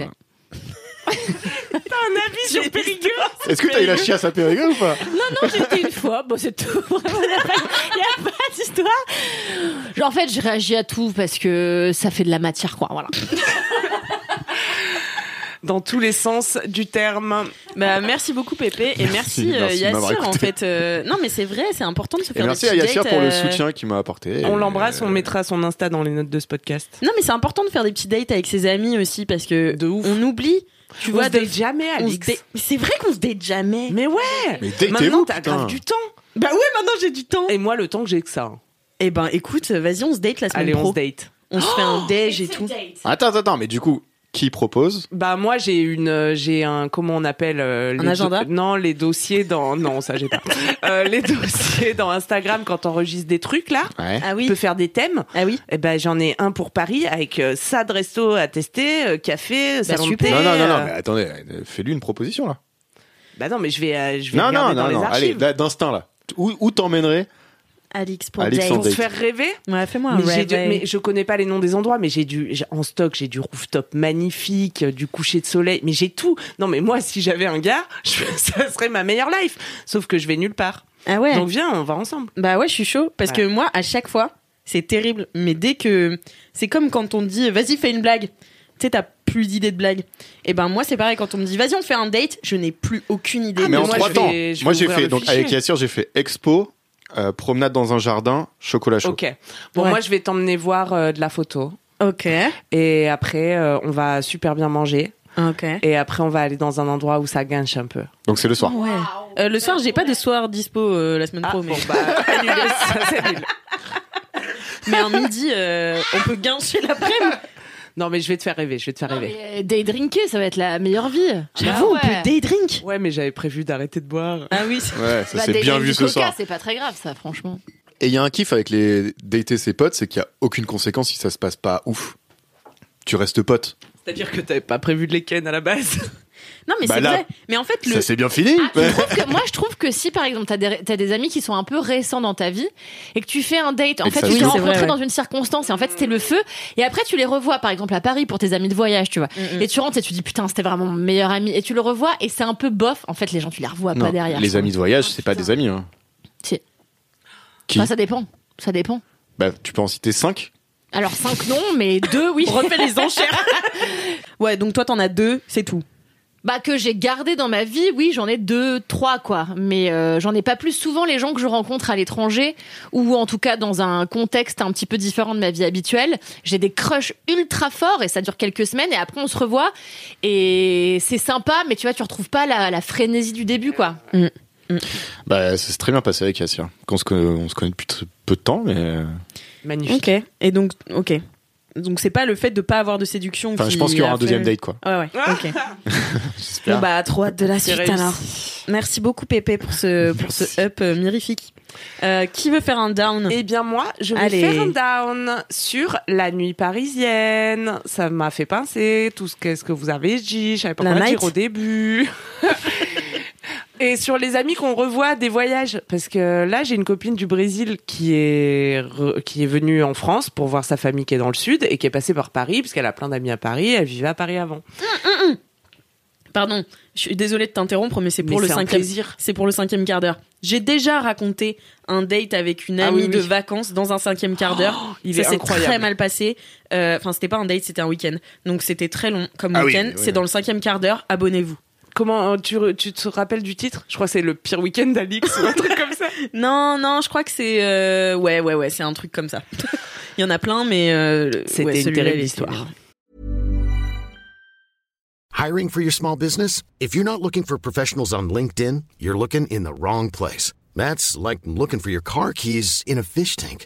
A: T'as un avis sur Périgueux
F: Est-ce que t'as eu la chiasse à Périgueux ou pas
G: Non, non, j'étais une fois, bon, c'est
A: (laughs)
G: tout. Il n'y a pas, il y a pas d'histoire. Genre, en fait, je réagis à tout parce que ça fait de la matière, quoi. Voilà.
E: Dans tous les sens du terme.
A: Bah merci beaucoup Pépé et merci, euh,
F: merci de m'avoir
A: Yassir en
F: écouté.
A: fait. euh, non mais c'est vrai, c'est important de se
F: Et
A: faire
F: merci
A: des
F: à
A: petits
F: Yassir
A: dates,
F: pour le
A: euh,
F: soutien qu'il m'a apporté.
E: On l'embrasse,
F: Euh,
E: on mettra son Insta dans les notes de ce podcast.
A: Non mais c'est important de faire des petits dates avec ses amis aussi parce que
E: De ouf.
A: on oublie. Tu
E: On
A: vois,
E: se
A: de-
E: date jamais,
A: on se
E: Alix.
A: date- C'est vrai qu'on se date jamais.
E: Mais ouais
F: Mais datez-vous,
E: Maintenant, t'as
F: putain.
E: grave du temps.
A: Bah ouais, maintenant j'ai du temps. Et,
E: Et moi, le temps que j'ai que ça. hein.
A: ben eh écoute, vas-y, on se date la semaine
E: Allez,
A: pro.
E: on se date.
A: (gasps) On se fait un déj et tout.
F: Attends, attends, mais du coup, qui propose.
E: Bah moi j'ai une euh, j'ai un comment on appelle euh, les
A: agenda
E: do- Non, les dossiers dans non, ça
F: (laughs)
E: j'ai pas. Euh, les dossiers dans Instagram quand t'enregistres des trucs là,
F: Ouais.
A: Ah
E: tu
A: oui.
E: peux faire des thèmes.
A: Ah oui.
E: Et ben j'en ai un pour Paris avec euh, ça de resto à tester, euh, café, salon
A: Bah,
E: de
A: super.
E: thé.
F: Non, non, non, non, mais
E: euh,
F: attendez, euh, fais-lui une proposition là.
E: Bah non, mais je vais euh, je vais
F: Non, non,
E: regarder
F: non,
E: dans
F: non.
E: les
F: Allez,
E: archives Ah,
F: là, d'instinct là. Où, où t'emmènerais
A: Alix pour
F: Alix
A: Jane.
F: en
E: pour se
F: date.
E: faire rêver.
A: Ouais, fais-moi un
E: Mais, j'ai
A: rêve.
E: dû- mais je connais pas les noms des endroits, mais j'ai du j'ai- en stock, j'ai du rooftop magnifique, euh, du coucher de soleil, mais j'ai tout. Non, mais moi, si j'avais un gars, (laughs) je- ça serait ma meilleure life. Sauf que je vais nulle part.
A: Ah ouais.
E: Donc viens, on va ensemble.
A: Bah ouais, je suis chaud parce que moi, à chaque fois, c'est terrible. Mais dès que c'est comme quand on te dit, vas-y, fais une blague. Tu sais, t'as plus d'idée de blague. Et ben moi, c'est pareil. Quand on me dit, vas-y, on fait un date, je n'ai plus aucune idée.
E: Ah, mais
F: Mais en
E: moi,
F: trois
E: je
F: temps.
E: vais- je
F: Moi
E: vais
F: j'ai
E: ouvrir
F: fait
E: le
F: donc
E: fichier.
F: avec Yassir, j'ai fait expo, euh, promenade dans un jardin, chocolat chaud.
E: Ok. Bon,
A: Ouais.
E: moi, je vais t'emmener voir euh, de la photo.
A: Ok,
E: Et après, euh, on va super bien manger.
A: ok.
E: Et après, on va aller dans un endroit où ça gâche un peu.
F: Donc c'est le soir.
A: Ouais. Euh, le soir, j'ai pas de soir dispo euh, la semaine
E: Ah,
A: pro, mais,
E: bon,
A: (laughs)
E: bah, annulé, ça, c'est nul.
A: mais un midi, euh, on peut guincher l'après-midi.
E: Non, mais je vais te faire rêver, je vais te faire
A: Ah
E: rêver.
G: Day euh, drinker, ça va être la meilleure vie. Ah bah
A: J'avoue, on peut day drink.
E: Ouais, mais j'avais prévu d'arrêter de boire.
A: Ah oui, c'est-
F: Ouais,
G: Bah,
F: ça c'est bien vu ce soir.
G: C'est pas très grave, ça,
F: (laughs)
G: franchement.
F: Et il y a un kiff avec les dater ses potes, c'est qu'il y a aucune conséquence si ça se passe pas ouf. Tu restes pote.
E: C'est-à-dire que t'avais pas prévu de les ken à la base.
A: non mais
F: Bah
A: c'est
F: là-
A: vrai. Mais en fait, le
F: Ça s'est bien fini.
G: Ah, tu trouves que- moi, je trouve que si, par exemple, t'as des, t'as des amis qui sont un peu récents dans ta vie et que tu fais un date, en
F: Et que
G: fait,
F: ça
G: tu
F: se
G: t'es
F: trouve.
G: rencontré
A: C'est vrai,
G: dans une circonstance et en fait, c'était le feu. Et après, tu les revois, par exemple, à Paris pour tes amis de voyage, tu vois. Et tu rentres et tu dis, putain, c'était vraiment mon meilleur ami. Et tu le revois et c'est un peu bof. En fait, les gens, tu les revois
F: Non,
G: pas derrière.
F: les amis de voyage, c'est pas des amis. hein.
G: Si.
F: Qui
G: Enfin, Bah, ça dépend. Ça dépend.
F: Bah, tu peux en citer 5
G: Alors, cinq non, mais deux,
F: (laughs)
E: (laughs)
G: oui.
A: refait les enchères. (laughs) ouais, donc toi, t'en as deux, c'est tout.
G: Bah que j'ai gardé dans ma vie, oui, j'en ai deux, trois quoi, mais euh, j'en ai pas plus. Souvent les gens que je rencontre à l'étranger ou en tout cas dans un contexte un petit peu différent de ma vie habituelle, j'ai des crushs ultra forts et ça dure quelques semaines et après on se revoit et c'est sympa, mais tu vois, tu retrouves pas la, la frénésie du début quoi.
F: Bah, ça s'est très bien passé avec Yassir. Qu'on se conna- on se connaît depuis très peu de temps, mais. euh,
E: Magnifique.
A: Ok. Et donc, ok. Donc c'est pas le fait de pas avoir de séduction.
F: Enfin, je
A: qui
F: pense qu'il y aura
A: a
F: un deuxième
A: fait-
F: date, quoi.
A: Ouais, ouais. Ok.
F: (laughs) J'espère.
A: Bon bah, trop hâte de la suite
E: Ah. réussi.
A: alors. Merci beaucoup Pépé pour ce pour ce up euh, mirifique. Euh, qui veut faire un (laughs) down
E: Eh bien moi, je vais
A: Allez.
E: faire un down sur la nuit parisienne. Ça m'a fait pincer tout ce qu'est-ce que vous avez dit. Je savais pas
A: La
E: quoi
A: night.
E: dire
A: (laughs)
E: au début. Et sur les amis qu'on revoit des voyages, parce que là j'ai une copine du Brésil qui est re- qui est venue en France pour voir sa famille qui est dans le sud et qui est passée par Paris parce qu'elle a plein d'amis à Paris. Elle vivait à Paris avant.
A: Oh, Pardon, je suis désolée de t'interrompre, mais c'est pour
E: Mais
A: le
E: c'est un
A: cinquième.
E: plaisir.
A: C'est pour le cinquième quart d'heure. J'ai déjà raconté un date avec une
E: Ah
A: amie
E: oui, oui.
A: de vacances dans un cinquième quart d'heure.
E: il
A: Ça
E: est
A: s'est
E: incroyable.
A: très mal passé. Euh, Enfin, c'était pas un date, c'était un week-end. Donc c'était très long comme
F: Ah oui,
A: week-end.
F: oui,
A: c'est
F: oui.
A: dans le cinquième quart d'heure. Abonnez-vous.
E: Comment euh, tu, re- tu te rappelles du titre Je crois que c'est le pire week-end d'Alix ou un truc comme ça.
A: Non, non, je crois que c'est euh, ouais, ouais, ouais, c'est un truc comme ça.
E: (laughs)
A: Il y en a plein, mais euh,
E: C'était
A: ouais,
E: une
A: celui-là,
E: terrible
A: il est
E: histoire.
A: terrible.
H: Hiring for your small business? If you're not looking for professionals on LinkedIn, you're looking in the wrong place. That's like looking for your car keys in a fish tank.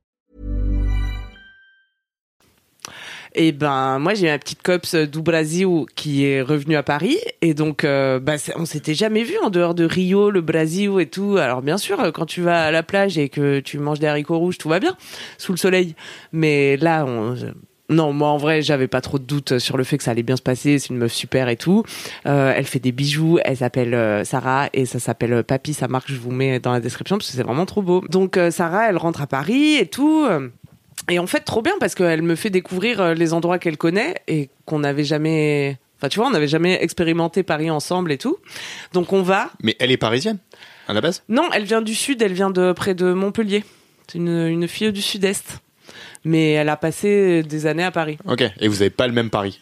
E: Et ben moi j'ai ma petite copse du Brasil qui est revenue à Paris et donc euh, bah, c'est- on s'était jamais vu en dehors de Rio, le Brasil et tout. Alors bien sûr euh, quand tu vas à la plage et que tu manges des haricots rouges tout va bien sous le soleil. Mais là on euh, non, moi en vrai, j'avais pas trop de doutes sur le fait que ça allait bien se passer. C'est une meuf super et tout. Euh, elle fait des bijoux. Elle s'appelle euh, Sarah et ça s'appelle euh, Papy. Sa marque, je vous mets dans la description parce que c'est vraiment trop beau. Donc euh, Sarah, elle rentre à Paris et tout. euh, et en fait, trop bien parce qu'elle me fait découvrir euh, les endroits qu'elle connaît et qu'on n'avait jamais. Enfin, tu vois, on n'avait jamais expérimenté Paris ensemble et tout. Donc, on va.
F: Mais elle est parisienne, à la base
E: Non, elle vient du sud, elle vient de près de Montpellier. C'est une, une fille du sud-est. Mais elle a passé des années à Paris.
F: Ok. Et vous avez pas le même Paris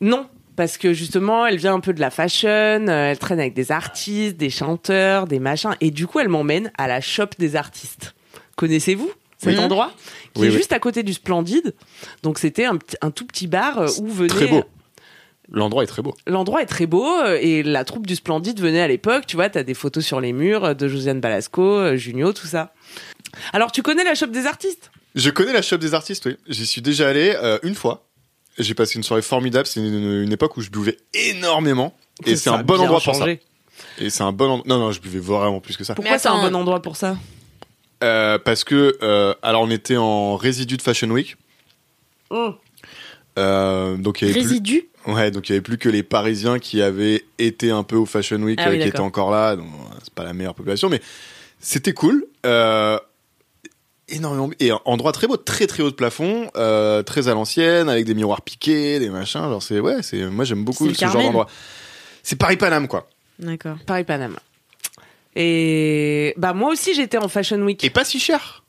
E: Non, Parce que justement, elle vient un peu de la fashion, euh, elle traîne avec des artistes, des chanteurs, des machins, et du coup, elle m'emmène à la shop des artistes. Connaissez-vous cet
F: Oui.
E: endroit Qui
F: Oui,
E: est
F: oui.
E: juste à côté du Splendide. Donc, c'était un, petit- un tout petit bar euh, où venait.
F: Très beau. L'endroit est très beau.
E: L'endroit est très beau euh, et la troupe du Splendide venait à l'époque, tu vois, t'as des photos sur les murs euh, de Josiane Balasco, euh, Junio, tout ça. Alors tu connais la shop des artistes
F: Je connais la shop des artistes, oui. J'y suis déjà allé euh, une fois. J'ai passé une soirée formidable. C'est une, une époque où je buvais énormément. Et c'est
E: Ça
F: un
E: a
F: bon
E: bien
F: endroit
E: changé.
F: pour ça. Et c'est un bon endroit. Non, non, je buvais vraiment plus que ça.
E: Pourquoi c'est un
G: attends.
E: bon endroit pour ça
F: Euh, parce que, euh, alors, on était en résidu de Fashion Week. Euh, donc, il y avait plus-
G: Résidu
F: Ouais, donc il n'y avait plus que les Parisiens qui avaient été un peu au Fashion Week,
G: Ah oui,
F: euh, qui
G: d'accord.
F: étaient encore là. Donc euh, c'est pas la meilleure population, mais c'était cool. Euh, énormément et un endroit très beau, très très haut de plafond, euh, très à l'ancienne, avec des miroirs piqués, des machins. Genre c'est ouais, c'est moi j'aime beaucoup
A: C'est le
F: ce genre
A: Carmel.
F: d'endroit. C'est Paris Paname quoi.
A: D'accord.
E: Paris Paname. Et bah moi aussi j'étais en Fashion Week.
F: Et pas si cher.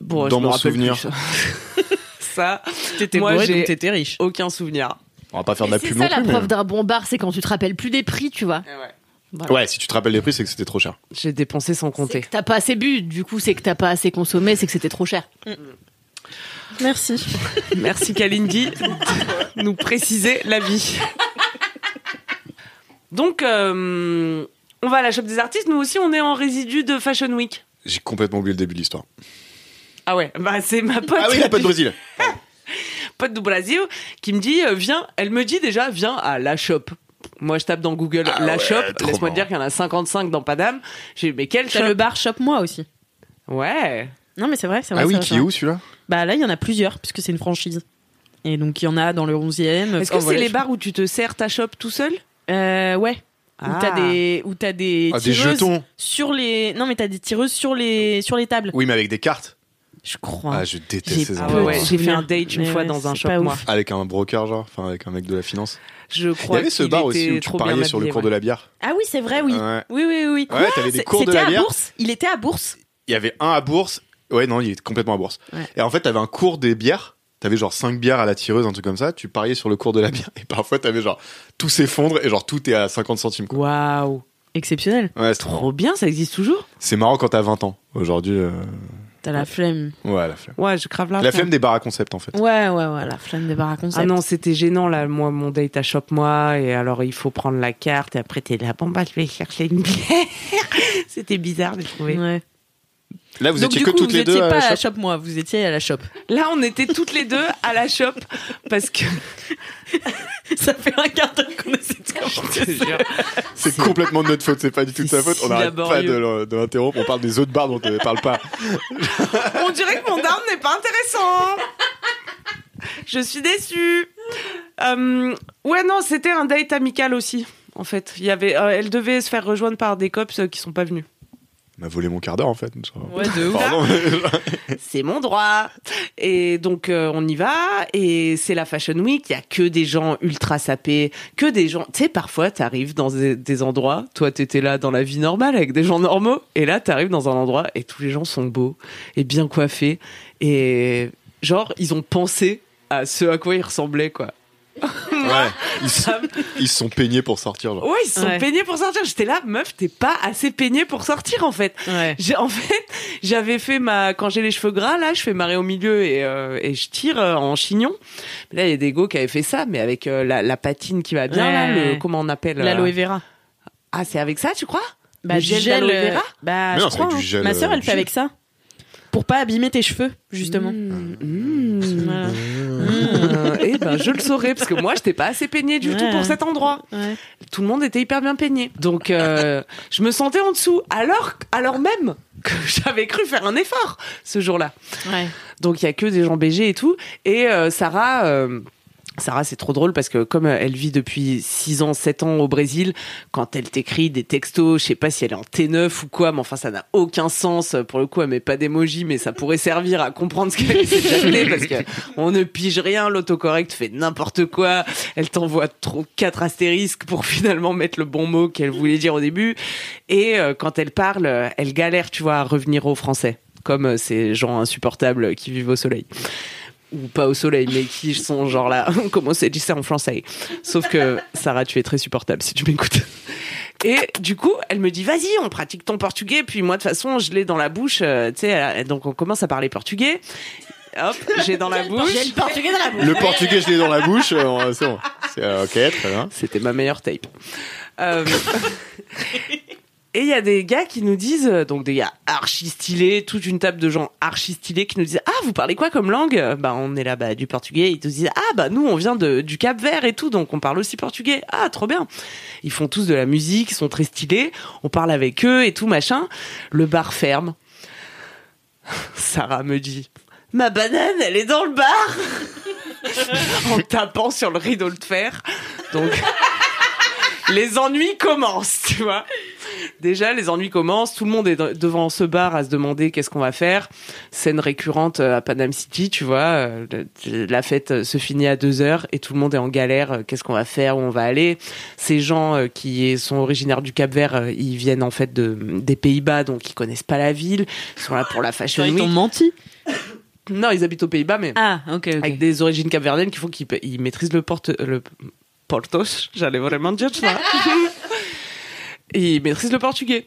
E: Bon,
F: dans
E: je me
F: mon
E: rappelle
F: souvenir.
E: plus. (laughs) ça,
A: T'étais
E: Moi,
A: bourré,
E: j'ai-
A: donc t'étais riche.
E: aucun souvenir.
F: On va pas faire de
G: Mais
F: la
G: C'est
F: pub
G: ça
F: non
G: la
F: plus. mais-
G: preuve d'un bon bar, c'est quand tu te rappelles plus des prix, tu
A: Eh
G: vois.
F: Ouais, si tu te rappelles les prix, c'est que c'était trop cher.
E: J'ai dépensé sans
G: C'est
E: compter.
G: que t'as pas assez bu, du coup c'est que t'as pas assez consommé, c'est que c'était trop cher.
E: (laughs)
A: Merci.
E: Merci Kalindi de nous préciser la vie. Donc, euh, on va à la shop des artistes. Nous aussi, on est en résidu de Fashion Week.
F: J'ai complètement oublié le début de l'histoire.
E: Ah ouais, bah c'est ma pote,
F: Ah oui, la pote
E: du,
F: Brésil.
E: pote du Brésil qui me dit, euh, viens, elle me dit déjà, viens à la shop. Moi, je tape dans Google
F: Ah
E: la
F: ouais,
E: shop.
F: trop
E: Laisse-moi
F: marrant.
E: te dire qu'il y en a 55 dans Padam. J'ai dit, mais quelle shop
A: T'as le bar Shop Moi aussi.
E: Ouais.
A: Non, mais c'est vrai, c'est vrai.
F: Ah oui,
A: c'est vrai,
F: qui
A: c'est
F: est
A: vrai.
F: où celui-là
A: Bah là, il y en a plusieurs, puisque c'est une franchise. Et donc, il y en a dans le 11e.
E: Est-ce
A: Enfin,
E: que c'est
A: voilà,
E: les
A: je-
E: bars où tu te sers ta shop tout seul
A: Euh, Ouais. Où
E: Ah.
A: t'as des, où t'as des
F: Ah, des
A: tireuses
F: jetons.
A: sur les. Non, mais t'as des tireuses sur les, sur les tables.
F: Oui, mais avec des cartes.
A: Je crois.
F: Ah, je déteste
A: J'ai
F: ces
A: peur.
E: Ah
F: endroits.
E: ouais, ouais,
A: Peu de
E: j'ai fait un
A: souvenirs.
E: date une
A: Mais
E: fois
A: ouais,
E: dans un
A: c'est
E: shop,
A: pas
E: moi.
A: ouf.
F: Ah, Avec un broker, genre, enfin, avec un mec de la finance.
E: Je
F: Il y
E: crois
F: avait ce
E: qu'il
F: bar aussi
E: était
F: où tu
E: trop bien
F: pariais sur le
E: habillé,
F: cours de la bière.
A: Ah oui, c'est vrai, oui.
F: Ouais.
A: Oui, oui, oui.
F: Euh, Ouais, t'avais des
A: C'est-
F: cours de
A: c'était
F: la
A: à
F: bière.
A: Bourse Il était à Bourse.
F: Il y avait un à bourse. Ouais, non, il est complètement à bourse.
A: Ouais.
F: Et en fait, t'avais un cours des bières. T'avais genre 5 bières à la tireuse, un truc comme ça. Tu pariais sur le cours de la bière. Et parfois, t'avais genre tout s'effondre et genre tout est à 50 centimes. quoi.
E: Waouh.
A: Exceptionnel.
F: Ouais, c'est
E: Trop bien, ça existe toujours
F: C'est marrant quand t'as 20 ans. Aujourd'hui, euh,
A: T'as la flemme.
F: ouais, la flemme.
E: Ouais, je crave là.
F: La flemme des bars à concept, en fait.
A: Ouais, ouais, ouais, la flemme des bars
E: Ah non, c'était gênant là, moi, mon date à shop moi, et alors il faut prendre la carte, et après t'es là, bon bah je vais chercher une bière. (laughs) c'était bizarre, j'ai trouvé.
A: Ouais.
F: Là, vous
A: Donc,
F: étiez
A: du
F: que
A: coup,
F: toutes
A: vous
F: les
A: étiez
F: deux. euh, à
A: pas
F: la
A: à
E: (laughs)
A: la
F: shop.
A: shop, moi, vous étiez à la shop. (laughs)
E: Là, on était toutes les deux à la shop, parce que.
A: Ça fait un quart d'heure qu'on essaie de commencer.
F: C'est complètement de notre faute. C'est pas du tout de
E: C'est
F: sa faute. On
E: si
F: n'arrête pas
E: laborieux.
F: de l'in- de l'interrompre. On parle des autres bars dont on ne parle pas.
E: On dirait que mon arme n'est pas intéressant. Je suis déçue. Euh, ouais, non, c'était un date amical aussi, en fait. Il y avait, euh, elle devait se faire rejoindre par des cops euh, qui sont pas venus.
F: On m'a volé mon quart d'heure, en fait. genre.
A: Ouais, de ouf.
F: Pardon.
E: C'est mon droit. Et donc, euh, on y va. Et c'est la Fashion Week. Il y a que des gens ultra sapés, que des gens... Tu sais, parfois, t'arrives dans des, des endroits. Toi, t'étais là dans la vie normale avec des gens normaux. Et là, t'arrives dans un endroit et tous les gens sont beaux et bien coiffés. Et genre, ils ont pensé à ce à quoi ils ressemblaient, quoi. (laughs)
F: Ouais. Ils se ils se sont peignés pour sortir. Genre.
E: Ouais, ils se sont
A: Ouais.
E: peignés pour sortir. J'étais là, meuf, t'es pas assez peignée pour sortir, en fait.
A: Ouais.
E: J'ai- en fait, j'avais fait ma quand j'ai les cheveux gras là, je fais marée au milieu et, euh, et je tire euh, en chignon. Mais là, il y a des gos qui avaient fait ça, mais avec euh, la, la patine qui va bien,
A: Ouais,
E: là,
A: ouais,
E: le,
A: ouais.
E: comment on appelle euh,
A: L'aloe vera.
E: Ah, c'est avec ça, tu crois
A: Bah,
E: Le
A: du
E: gel d'aloe
A: euh,
E: vera
A: Bah,
F: Mais
A: je
F: non, c'est
A: crois.
F: avec
A: hein.
F: du gel,
A: Ma
F: euh,
A: sœur, elle
F: du
A: fait
F: gel.
A: avec ça. Pour pas abîmer tes cheveux, justement. Mmh. Voilà. Mm.
E: Euh, eh ben, je le saurais parce que moi, j'étais pas assez peignée du
A: Ouais.
E: tout pour cet endroit.
A: Ouais.
E: Tout le monde était hyper bien peigné. Donc, euh, je me sentais en dessous, alors alors même que (laughs) j'avais cru faire un effort ce jour-là.
A: Ouais.
E: Donc il y a que des gens BG et tout. Et euh, Sarah. euh, Sarah, c'est trop drôle parce que comme euh, elle vit depuis 6 ans, 7 ans au Brésil, quand elle t'écrit des textos, je sais pas si elle est en T9 ou quoi, mais enfin ça n'a aucun sens. Pour le coup, elle met pas d'émoji, mais ça pourrait servir à comprendre ce qu'elle s'est déjà fait parce que on ne pige rien, l'autocorrect fait n'importe quoi. Elle t'envoie trop quatre astérisques pour finalement mettre le bon mot qu'elle voulait dire au début. Et euh, quand elle parle, euh, elle galère, tu vois, à revenir au français, comme euh, ces gens insupportables qui vivent au soleil. ou pas au soleil, mais qui sont genre là, (laughs) comment c'est dit ça en français Sauf que Sarah, tu es très supportable si tu m'écoutes. Et du coup, elle me dit, vas-y, on pratique ton portugais. Puis moi, de toute façon, je l'ai dans la bouche. euh, tu sais, elle- donc on commence à parler portugais. Hop, j'ai dans la bouche.
G: J'ai le portugais dans la bouche.
F: Le portugais, je l'ai dans la bouche. euh, c'est bon. C'est, euh, ok, très bien.
E: C'était ma meilleure tape. Euh, (laughs) Et il y a des gars qui nous disent, euh, donc des gars archi stylés, toute une table de gens archi stylés qui nous disent Ah, vous parlez quoi comme langue Bah, on est là, bah, du portugais. Ils nous disent Ah, bah, nous, on vient de, du Cap Vert et tout, donc on parle aussi portugais. Ah, trop bien. Ils font tous de la musique, ils sont très stylés, on parle avec eux et tout, machin. Le bar ferme. (laughs) Sarah me dit Ma banane, elle est dans le bar (laughs) en tapant sur le rideau de fer. Donc, (laughs) les ennuis commencent, tu vois. Déjà, les ennuis commencent. Tout le monde est de- devant ce bar à se demander qu'est-ce qu'on va faire. Scène récurrente euh, à Panam City, tu vois. euh, le- La fête euh, se finit à deux heures et tout le monde est en galère. Euh, Qu'est-ce qu'on va faire Où on va aller Ces gens euh, qui sont originaires du Cap-Vert, euh, ils viennent en fait de, des Pays-Bas, donc ils connaissent pas la ville. Ils sont là pour la fashion
I: Ils t'ont
E: week.
I: menti.
E: Non, ils habitent aux Pays-Bas, mais
I: Ah, ok, ok.
E: avec des origines capverdiennes qu'il faut qu'ils pa- ils maîtrisent le porte le portos j'allais vraiment dire
I: (laughs)
E: ça Et ils maîtrisent le portugais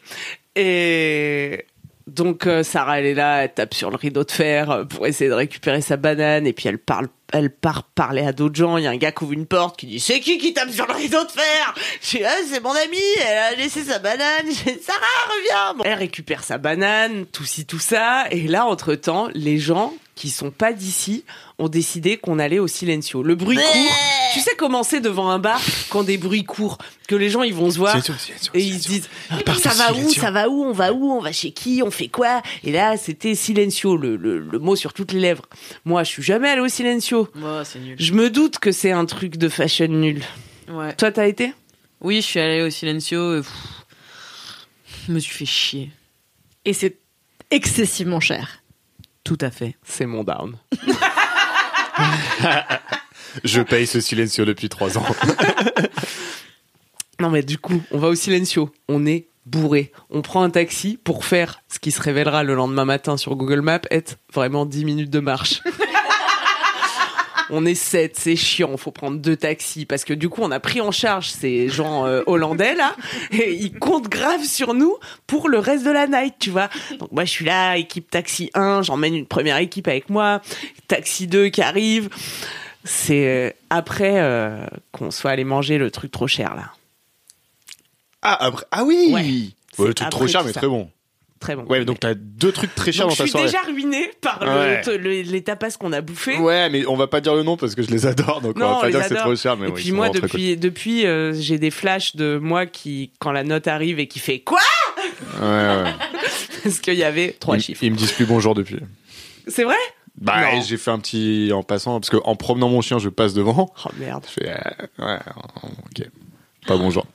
E: et donc euh, Sarah elle est là elle tape sur le rideau de fer euh, pour essayer de récupérer sa banane et puis elle parle elle part parler à d'autres gens il y a un gars qui ouvre une porte qui dit c'est qui qui tape sur le rideau de fer je dis, Ah, c'est mon ami elle a laissé sa banane Je dis, Sarah reviens Bon, elle récupère sa banane tout ci tout ça et là entre temps les gens qui sont pas d'ici ont décidé qu'on allait au silencio. Le bruit court. Tu sais comment c'est devant un bar quand des bruits courent, que les gens ils vont se voir
F: Silencio, silencio,
E: et ils se disent
F: silencio. On
E: Eh,
F: part
E: ça
F: au
E: va où,
F: silencio.
E: ça va où, on va où, on va chez qui, on fait quoi. Et là c'était silencio, le, le, le mot sur toutes les lèvres. Moi je suis jamais allée au silencio.
I: Oh, c'est nul.
E: Je me doute que c'est un truc de fashion nul.
I: Ouais.
E: Toi t'as été
I: Oui, je suis allée au Silencio. et pff, je me suis fait chier.
G: Et c'est excessivement cher.
I: Tout à fait.
E: C'est mon down.
F: Je paye ce silencio depuis trois ans.
E: Non mais du coup, on va au silencio. On est bourré. On prend un taxi pour faire ce qui se révélera le lendemain matin sur Google Maps être vraiment 10 minutes de marche. On est 7, c'est chiant, faut prendre deux taxis parce que du coup on a pris en charge ces gens euh, hollandais là et ils comptent grave sur nous pour le reste de la night, tu vois. Donc moi je suis là, équipe taxi 1, j'emmène une première équipe avec moi, taxi 2 qui arrive. C'est euh, après euh, qu'on soit allé manger le truc trop cher là.
F: (laughs) Ah, après- ah oui
E: Ouais.
F: Ouais, Le
E: C'est
F: truc
E: après
F: trop cher,
E: tout
F: mais
E: ça.
F: très bon.
E: Très bon.
F: Ouais, donc t'as deux trucs très chers
E: Donc,
F: dans
E: je
F: ta
E: suis
F: soirée.
E: déjà ruinée par le-
F: Ouais.
E: te- le- les tapas qu'on a bouffés.
F: Ouais, mais on va pas dire le nom parce que je les adore, donc
E: Non,
F: on va
E: on
F: pas
E: les
F: dire que c'est
E: adore.
F: trop cher. Mais
E: et
F: oui,
E: puis
F: ils sont
E: moi,
F: vraiment très
E: depuis, depuis euh, j'ai des flashs de moi qui, quand la note arrive et qui fait quoi (laughs)
F: cool. Ouais, ouais.
E: Parce qu'il y avait trois
F: ils,
E: chiffres.
F: Ils me disent plus bonjour depuis.
E: C'est vrai
F: Bah,
E: Non.
F: j'ai fait un petit en passant parce que en promenant mon chien, je passe devant.
E: Oh merde.
F: Je fais euh, ouais, ok, pas bonjour.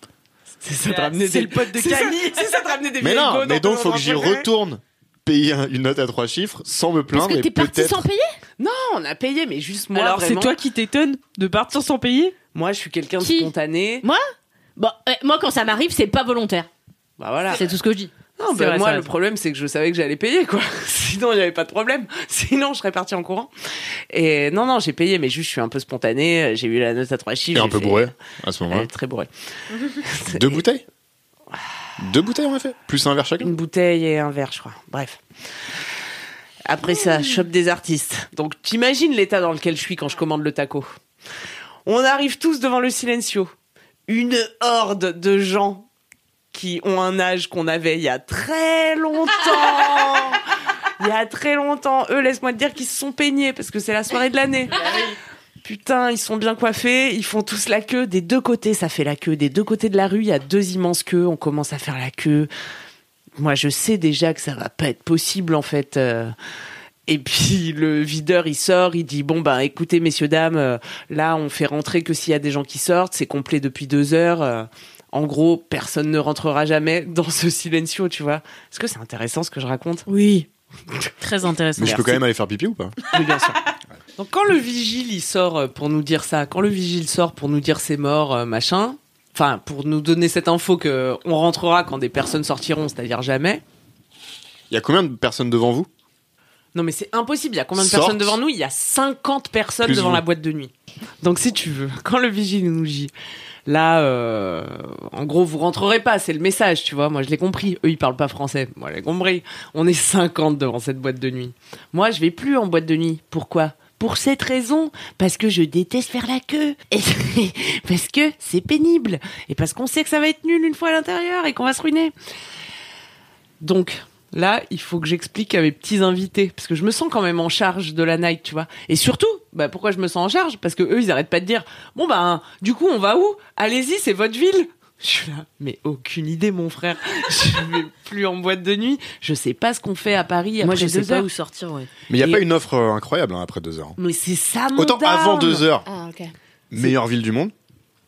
E: C'est ça de ramener
I: C'est
E: des-
I: le pote de
E: Bah, (laughs) c'est ça-
I: Camille.
E: C'est ça de ramener des
F: Mais
E: vieilles
F: non,
E: godes
F: mais
E: dans
F: donc
E: ton
F: faut que j'y
E: endroit préféré.
F: retourne payer un- une note à trois chiffres sans me
G: Parce
F: plaindre
G: que
F: et
G: t'es parti
F: peut-être.
G: sans payer
E: Non, on a payé, mais juste moi.
I: Alors, c'est
E: vraiment.
I: toi qui t'étonnes de partir sans payer
E: Moi, je suis quelqu'un de
G: Qui
E: spontané.
G: Bon, euh, moi quand ça m'arrive, c'est pas volontaire.
E: Bah voilà.
G: C'est tout ce que je dis.
E: Non,
I: C'est
E: bah,
I: vrai,
E: moi,
I: ça,
E: le
I: ça.
E: problème, c'est que je savais que j'allais payer, quoi. (laughs) Sinon, il n'y avait pas de problème. Sinon, je serais parti en courant. Et non, non, j'ai payé, mais juste, je suis un peu spontané. J'ai eu la note à trois
F: Et
E: chiffres.
F: un
E: j'ai
F: peu
E: fait-
F: bourré à ce
E: Ouais,
F: moment-là.
E: Très bourré.
F: Deux bouteilles. Deux bouteilles on a fait, plus un verre chacun.
E: Une bouteille et un verre, je crois. Bref. Après ça, je chope des artistes. Donc, t'imagines l'état dans lequel je suis quand je commande le taco. On arrive tous devant le silencio. Une horde de gens qui ont un âge qu'on avait il y a très longtemps. Il y a très longtemps. Eux, laisse-moi te dire qu'ils se sont peignés parce que c'est la soirée de l'année. Putain, ils sont bien coiffés, ils font tous la queue des deux côtés, ça fait la queue des deux côtés de la rue, il y a deux immenses queues, on commence à faire la queue. Moi, je sais déjà que ça va pas être possible en fait. euh. Et puis le videur, il sort, il dit bon ben écoutez messieurs dames, euh, là on fait rentrer que s'il y a des gens qui sortent, c'est complet depuis deux heures. euh. en gros, personne ne rentrera jamais dans ce silencio, tu vois. Est-ce que c'est intéressant ce que je raconte
I: Oui. Très intéressant.
F: Mais je peux
E: Merci.
F: quand même aller faire pipi ou pas
E: oui, bien sûr. Donc quand le vigile il sort euh, pour nous dire ça, quand le vigile sort pour nous dire c'est mort, euh, machin, enfin pour nous donner cette info que euh, on rentrera quand des personnes sortiront, c'est-à-dire jamais.
F: Il y a combien de personnes devant vous
E: Non, mais c'est impossible. Il y a combien de
F: Sortent.
E: personnes devant nous Il y a 50 personnes
F: Plus
E: devant
F: vous.
E: la boîte de nuit. Donc, si tu veux, (laughs) quand le vigile nous gît, là, euh, en gros, vous rentrerez pas. C'est le message, tu vois. Moi, je l'ai compris. Eux, ils parlent pas français. Moi, j'ai compris. On est 50 devant cette boîte de nuit. Moi, je vais plus en boîte de nuit. Pourquoi pour cette raison, parce que je déteste faire la queue, et (laughs) parce que c'est pénible, et parce qu'on sait que ça va être nul une fois à l'intérieur et qu'on va se ruiner. Donc là, il faut que j'explique à mes petits invités, parce que je me sens quand même en charge de la night, tu vois. Et surtout, bah, pourquoi je me sens en charge Parce que eux, ils arrêtent pas de dire, bon ben, du coup, on va où Allez-y, c'est votre ville. Je suis là, mais aucune idée, mon frère. (laughs) Je vais plus en boîte de nuit. Je sais pas ce qu'on fait à Paris après
I: Moi, je
E: deux
I: sais pas
E: heures.
I: où sortir, ouais.
F: Mais il n'y a
E: Et-
F: pas une offre euh, incroyable hein, après deux heures.
E: Mais c'est ça, mon
F: Autant avant
E: dame.
F: deux heures,
G: Ah, ok.
F: meilleure ville du monde.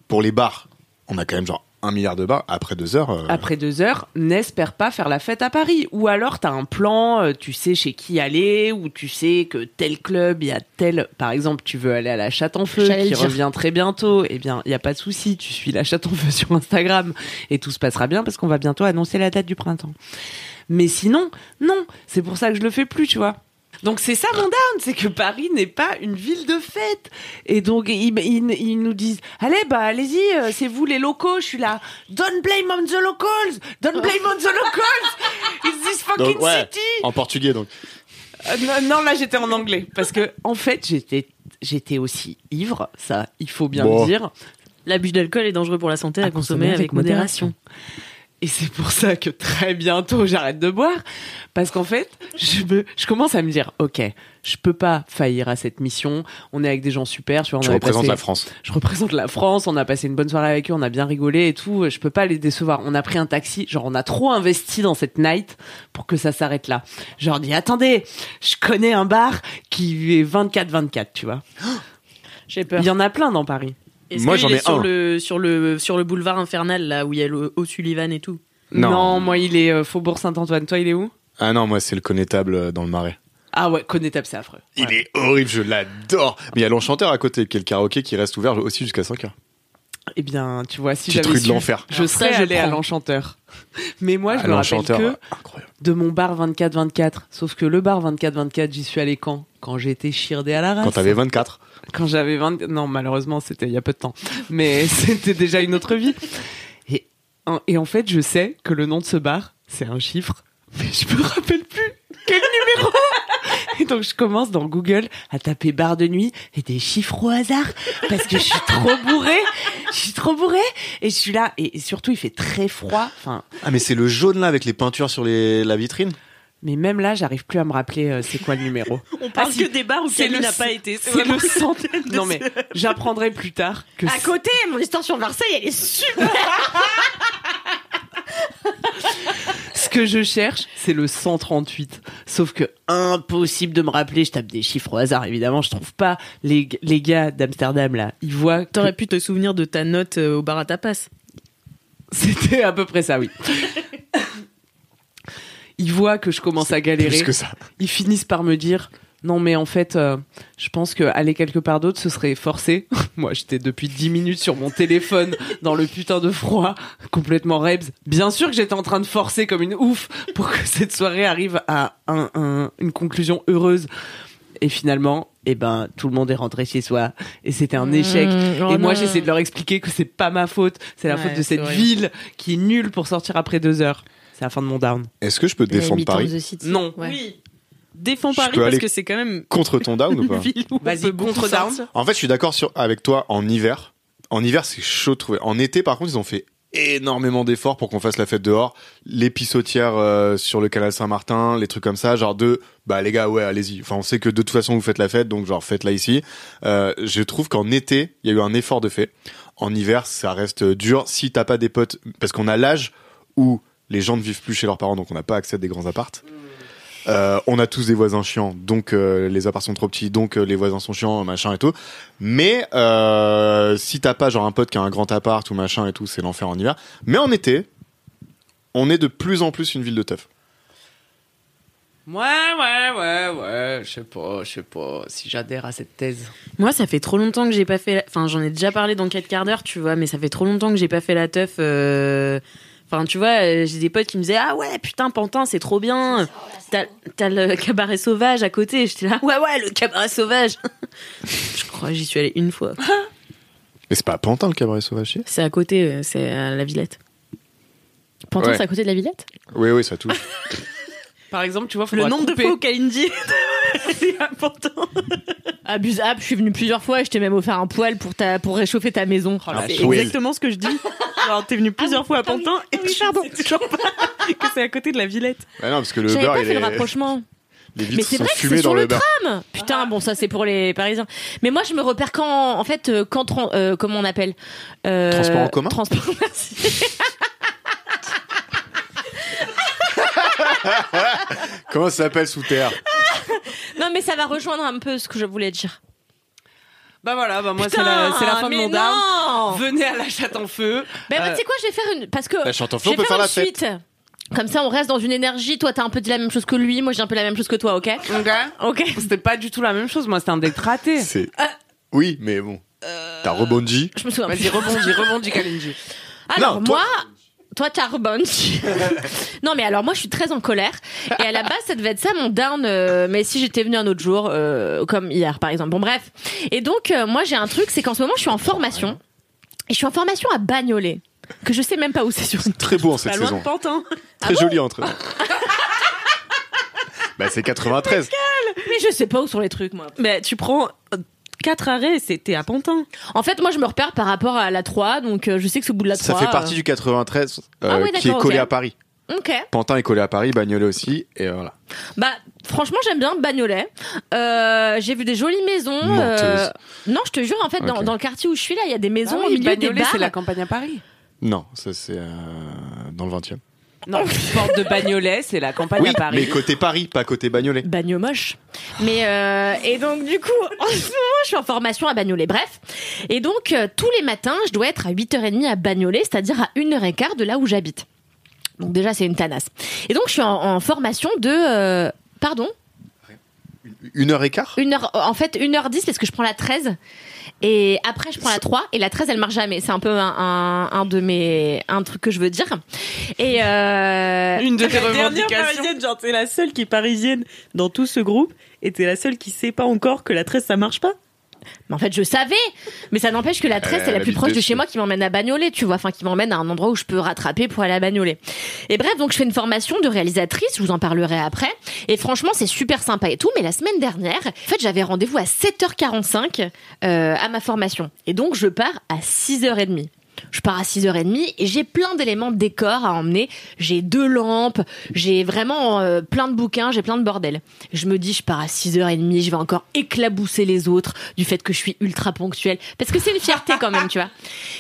F: Pour les bars, on a quand même genre un milliard de bars. Après deux heures, euh,
E: Après deux heures, n'espère pas faire la fête à Paris. Ou alors, t'as un plan, euh, tu sais chez qui aller, ou tu sais que tel club, il y a tel. Par exemple, tu veux aller à la Chatte en Feu,
G: J'allais
E: qui
G: le dire.
E: revient très bientôt. Eh bien, il n'y a pas de souci, tu suis la Chatte en Feu (laughs) sur Instagram. Et tout se passera bien parce qu'on va bientôt annoncer la date du printemps. Mais sinon, non, c'est pour ça que je le fais plus, tu vois. Donc c'est ça mon down, c'est que Paris n'est pas une ville de fête. Et donc ils, ils- ils nous disent allez bah allez-y, euh, c'est vous les locaux, je suis là. Don't blame on the locals, don't blame on the locals. It's this fucking
F: donc, ouais,
E: city.
F: en portugais donc.
E: Euh, non, non, là j'étais en anglais parce que en fait j'étais j'étais aussi ivre, ça il faut bien
F: Bon.
E: le dire.
I: L'abus d'alcool est dangereux pour la santé
E: Ah,
I: à, consommer, avec, modération.
E: Et c'est pour ça que très bientôt j'arrête de boire, parce qu'en fait, je, me, je commence à me dire, ok, je peux pas faillir à cette mission. On est avec des gens super, tu vois. On
F: Tu
E: avait
F: représentes
E: passé-
F: la France.
E: Je représente la France. On a passé une bonne soirée avec eux, on a bien rigolé et tout. Je peux pas les décevoir. On a pris un taxi, genre on a trop investi dans cette night pour que ça s'arrête là. Je leur dis, attendez, je connais un bar qui est 24-24, tu vois.
I: J'ai peur.
E: Il y en a plein dans Paris.
I: Est-ce
F: Moi,
I: qu'il
F: j'en
I: est
F: ai
I: sur
F: un.
I: le, sur, le, sur le boulevard infernal, là où il y a le O'Sullivan et tout.
F: Non.
E: moi il est euh, Faubourg Saint-Antoine. Toi, il est où
F: Ah non, moi c'est le connétable euh, dans le marais.
E: Ah ouais, connétable, c'est affreux.
F: Il est horrible, je l'adore. Mais il y a l'enchanteur à côté, qui est le karaoké qui reste ouvert aussi jusqu'à 5 heures.
E: Eh bien, tu vois, si
F: Petite
E: j'avais
F: rue de
E: su,
F: l'enfer.
E: je
I: Alors
E: serais
I: ça, je
E: allée à
I: prends.
E: l'enchanteur. (laughs) Mais moi, je
F: Ah,
E: me rappelle
F: l'enchanteur,
E: que
F: euh, incroyable.
E: de mon bar 24-24. Sauf que le bar 24-24, j'y suis allée quand Quand j'étais chirdée à la race.
F: Quand t'avais 24.
E: Quand j'avais 20... Non, malheureusement, c'était il y a peu de temps. Mais (laughs) c'était déjà une autre vie. Et en, et en fait, je sais que le nom de ce bar, c'est un chiffre, mais je me rappelle plus quel numéro. Et donc, je commence dans Google à taper bar de nuit et des chiffres au hasard parce que je suis trop bourrée. Je suis trop bourrée. Et je suis là. Et et surtout, il fait très froid. Enfin,
F: Ah mais c'est le jaune là avec les peintures sur les- la vitrine
E: mais même là, j'arrive plus à me rappeler euh, c'est quoi le numéro.
I: On parle
E: si,
I: que des bars où
E: c'est
I: Camille
E: le-
I: n'a pas été.
E: C'est
I: vraiment
E: le centre. Non mais j'apprendrai plus tard que
G: À côté, mon histoire sur Marseille, elle est super.
E: ce que je cherche, c'est le 138. Sauf que impossible de me rappeler, je tape des chiffres au hasard évidemment, je trouve pas les, les gars d'Amsterdam là, ils voient que
I: T'aurais pu te souvenir de ta note euh, au bar à tapas.
E: c'était à peu près
I: (laughs)
E: ça, oui. Ils voient que je commence à galérer.
F: Plus que ça.
E: ils finissent par me dire non mais en fait euh, je pense que aller quelque part d'autre ce serait forcé (laughs) moi j'étais depuis 10 minutes sur mon téléphone dans le putain de froid complètement rebs bien sûr que j'étais en train de forcer comme une ouf pour que cette soirée arrive à un- un- une conclusion heureuse et finalement eh ben tout le monde est rentré chez soi et c'était un échec et moi j'essaie de leur expliquer que c'est pas ma faute c'est la
I: Mmh. Oh Ouais,
E: faute de
I: c'est
E: cette
I: horrible.
E: ville qui est nulle pour sortir après deux heures c'est la fin de mon down
F: Est-ce que je peux défendre Paris
E: non
I: Oui. Défends
F: Je
I: Paris
F: peux
I: parce
F: aller
I: que c'est quand même
F: contre ton down ou
I: une
E: (laughs)
F: pas
I: ville où on
E: Vas-y,
I: peut beaucoup
E: contre down.
I: sortir.
F: En fait, je suis d'accord sur avec toi en hiver. En hiver, c'est chaud de trouver. En été, par contre, ils ont fait énormément d'efforts pour qu'on fasse la fête dehors. Les pissotières euh, sur le canal Saint-Martin, les trucs comme ça, genre de bah les gars, ouais, allez-y. Enfin, on sait que de toute façon vous faites la fête, donc genre faites-la ici. Euh, je trouve qu'en été, il y a eu un effort de fait. En hiver, ça reste dur si t'as pas des potes, parce qu'on a l'âge où les gens ne vivent plus chez leurs parents, donc on n'a pas accès à des grands appartes. Euh, on a tous des voisins chiants, donc euh, les apparts sont trop petits, donc euh, les voisins sont chiants, machin et tout. Mais euh, si t'as pas genre un pote qui a un grand appart ou machin et tout, c'est l'enfer en hiver. Mais en été, on est de plus en plus une ville de teuf.
E: Ouais, ouais, ouais, ouais, je sais pas, je sais pas si j'adhère à cette thèse.
I: Moi, ça fait trop longtemps que j'ai pas fait. la- Enfin, j'en ai déjà parlé dans 4 quarts d'heure, tu vois, mais ça fait trop longtemps que j'ai pas fait la teuf. euh, Enfin, Enfin, tu vois, euh, j'ai des potes qui me disaient Ah ouais, putain, Pantin, c'est trop bien. T'as t'as le cabaret sauvage à côté. J'étais là Ouais, ouais, le cabaret sauvage. (laughs) Je crois que j'y suis allée une fois.
F: Mais c'est pas à Pantin le cabaret sauvage
I: C'est à côté, euh, c'est à la Villette.
G: Pantin,
F: Ouais.
G: c'est à côté de la Villette
F: Oui, oui, ça touche.
E: Par exemple, tu vois,
I: Le
E: faudra
I: nombre de
E: couper.
I: fois où Kalindi est important.
G: Abusable, je suis venue plusieurs fois et je t'ai même offert un poêle pour, ta, pour réchauffer ta maison.
E: Oh la
F: Un
E: vache.
F: poêle.
A: Exactement ce que je dis. Alors, t'es venu plusieurs fois à
G: ah oui,
A: Pantin
G: ah
A: et
G: oui,
A: tu
G: pardon.
A: sais toujours pas que c'est à côté de la Villette.
F: Bah non, parce que le
G: J'avais
F: beurre,
G: pas
F: il
G: fait le
F: est...
G: rapprochement.
F: les
G: Mais
F: vitres
G: c'est
F: sont
G: vrai que
F: fumées
G: c'est
F: dans
G: sur
F: le
G: le
F: beurre.
G: tram. Putain, bon ça c'est pour les Parisiens. Mais moi je me repère quand en fait euh, quand tran- euh, comment on appelle Euh,
F: Transport en commun
G: Transport. Merci.
F: Comment ça s'appelle sous terre
G: (laughs) Non mais ça va rejoindre un peu ce que je voulais dire.
E: Bah voilà, bah moi, c'est
G: Putain,
E: la, c'est la fin de
G: mais
E: mon down.
G: non
E: Venez à la chatte en feu.
G: Ben
E: Euh,
G: tu sais quoi, je vais faire une parce que
F: La Bah, chante en
G: je
F: feu, Eh, on
G: vais
F: peut
G: faire
F: faire
G: une
F: la fête.
G: suite. Comme ça on reste dans une énergie. Toi t'as un peu dit la même chose que lui, moi j'ai un peu la même chose que toi, ok Ok.
E: C'était pas du tout la même chose, moi, c'était un deck raté.
F: C'est...
G: Euh,
F: Oui, mais bon. T'as rebondi.
G: Je me souviens.
E: Vas-y,
G: plus.
E: rebondis, rebondis, Kalindi.
G: Alors
F: Non, toi-
G: moi, toi t'as rebondi. (laughs) non mais alors moi je suis très en colère et à la base ça devait être ça mon down. euh, mais si j'étais venue un autre jour, euh, comme hier par exemple. Bon bref. Et donc euh, moi j'ai un truc, c'est qu'en ce moment je suis en formation et je suis en formation à Bagnolet que je sais même pas où c'est (laughs) sur.
F: Très beau en cette
A: Pas loin
F: saison.
A: de Pantin.
G: Ah
F: Très joli entre
G: (laughs)
F: Bah c'est 93.
G: Mais je sais pas où sont les trucs moi.
A: Mais tu prends euh, quatre arrêts, c'était à Pantin.
G: En fait moi je me repère par rapport à la 3 donc euh, je sais que c'est au bout de la 3.
F: Ça fait partie du 93 euh,
G: Ah oui,
F: qui est
G: d'accord,
F: collé
G: ok.
F: à Paris.
G: euh. Ok.
F: Pantin est collé à Paris, Bagnolet aussi, et voilà.
G: Bah franchement j'aime bien Bagnolet. Euh, j'ai vu des jolies maisons.
F: Menteuse.
G: euh, Non je te jure en fait dans,
F: Ok.
G: dans le quartier où je suis là il y a des maisons
E: Bah
G: au
E: oui,
G: milieu des
E: Bagnolet,
G: bars.
E: c'est la campagne à Paris.
F: Non, ça c'est euh, dans le 20e.
E: Non,
G: (laughs)
E: porte de Bagnolet, c'est la
G: Ah,
E: campagne
F: Oui,
E: à Paris.
F: mais côté Paris, pas côté Bagnolet.
G: Bagno moche. Mais euh, et donc du coup, (laughs) en ce moment, je suis en formation à Bagnolet. Bref. Et donc euh, tous les matins, je dois être à 8h30 à Bagnolet, c'est-à-dire à 1h15 de là où j'habite. Donc déjà, c'est une tanasse. Et donc je suis en, en formation de euh, pardon,
F: Une heure et quart
G: 1 heure euh, en fait 1h10 parce que je prends la 13 et après je prends la 3 et la 13 elle marche jamais. C'est un peu un, un, un de mes un truc que je veux dire. Et euh,
E: Une de tes
A: La dernière
E: revendications.
A: parisienne, genre t'es la seule qui est parisienne dans tout ce groupe et t'es la seule qui sait pas encore que la 13 ça marche pas.
G: Mais en fait, je savais. Mais ça n'empêche que la 13,
F: Euh,
G: c'est la
F: la
G: plus
F: ville
G: proche de
F: d'Est.
G: chez moi qui m'emmène à Bagnolet, tu vois. Enfin, qui m'emmène à un endroit où je peux rattraper pour aller à Bagnolet. Et bref, donc je fais une formation de réalisatrice, je vous en parlerai après. Et franchement, c'est super sympa et tout. Mais la semaine dernière, en fait, j'avais rendez-vous à 7h45 euh, à ma formation. Et donc, je pars à 6h30. Je pars à 6h30 et j'ai plein d'éléments de décor à emmener. J'ai deux lampes, j'ai vraiment euh, plein de bouquins, j'ai plein de bordel. Je me dis, je pars à 6h30, je vais encore éclabousser les autres du fait que je suis ultra ponctuelle. Parce que c'est une fierté quand même, tu vois.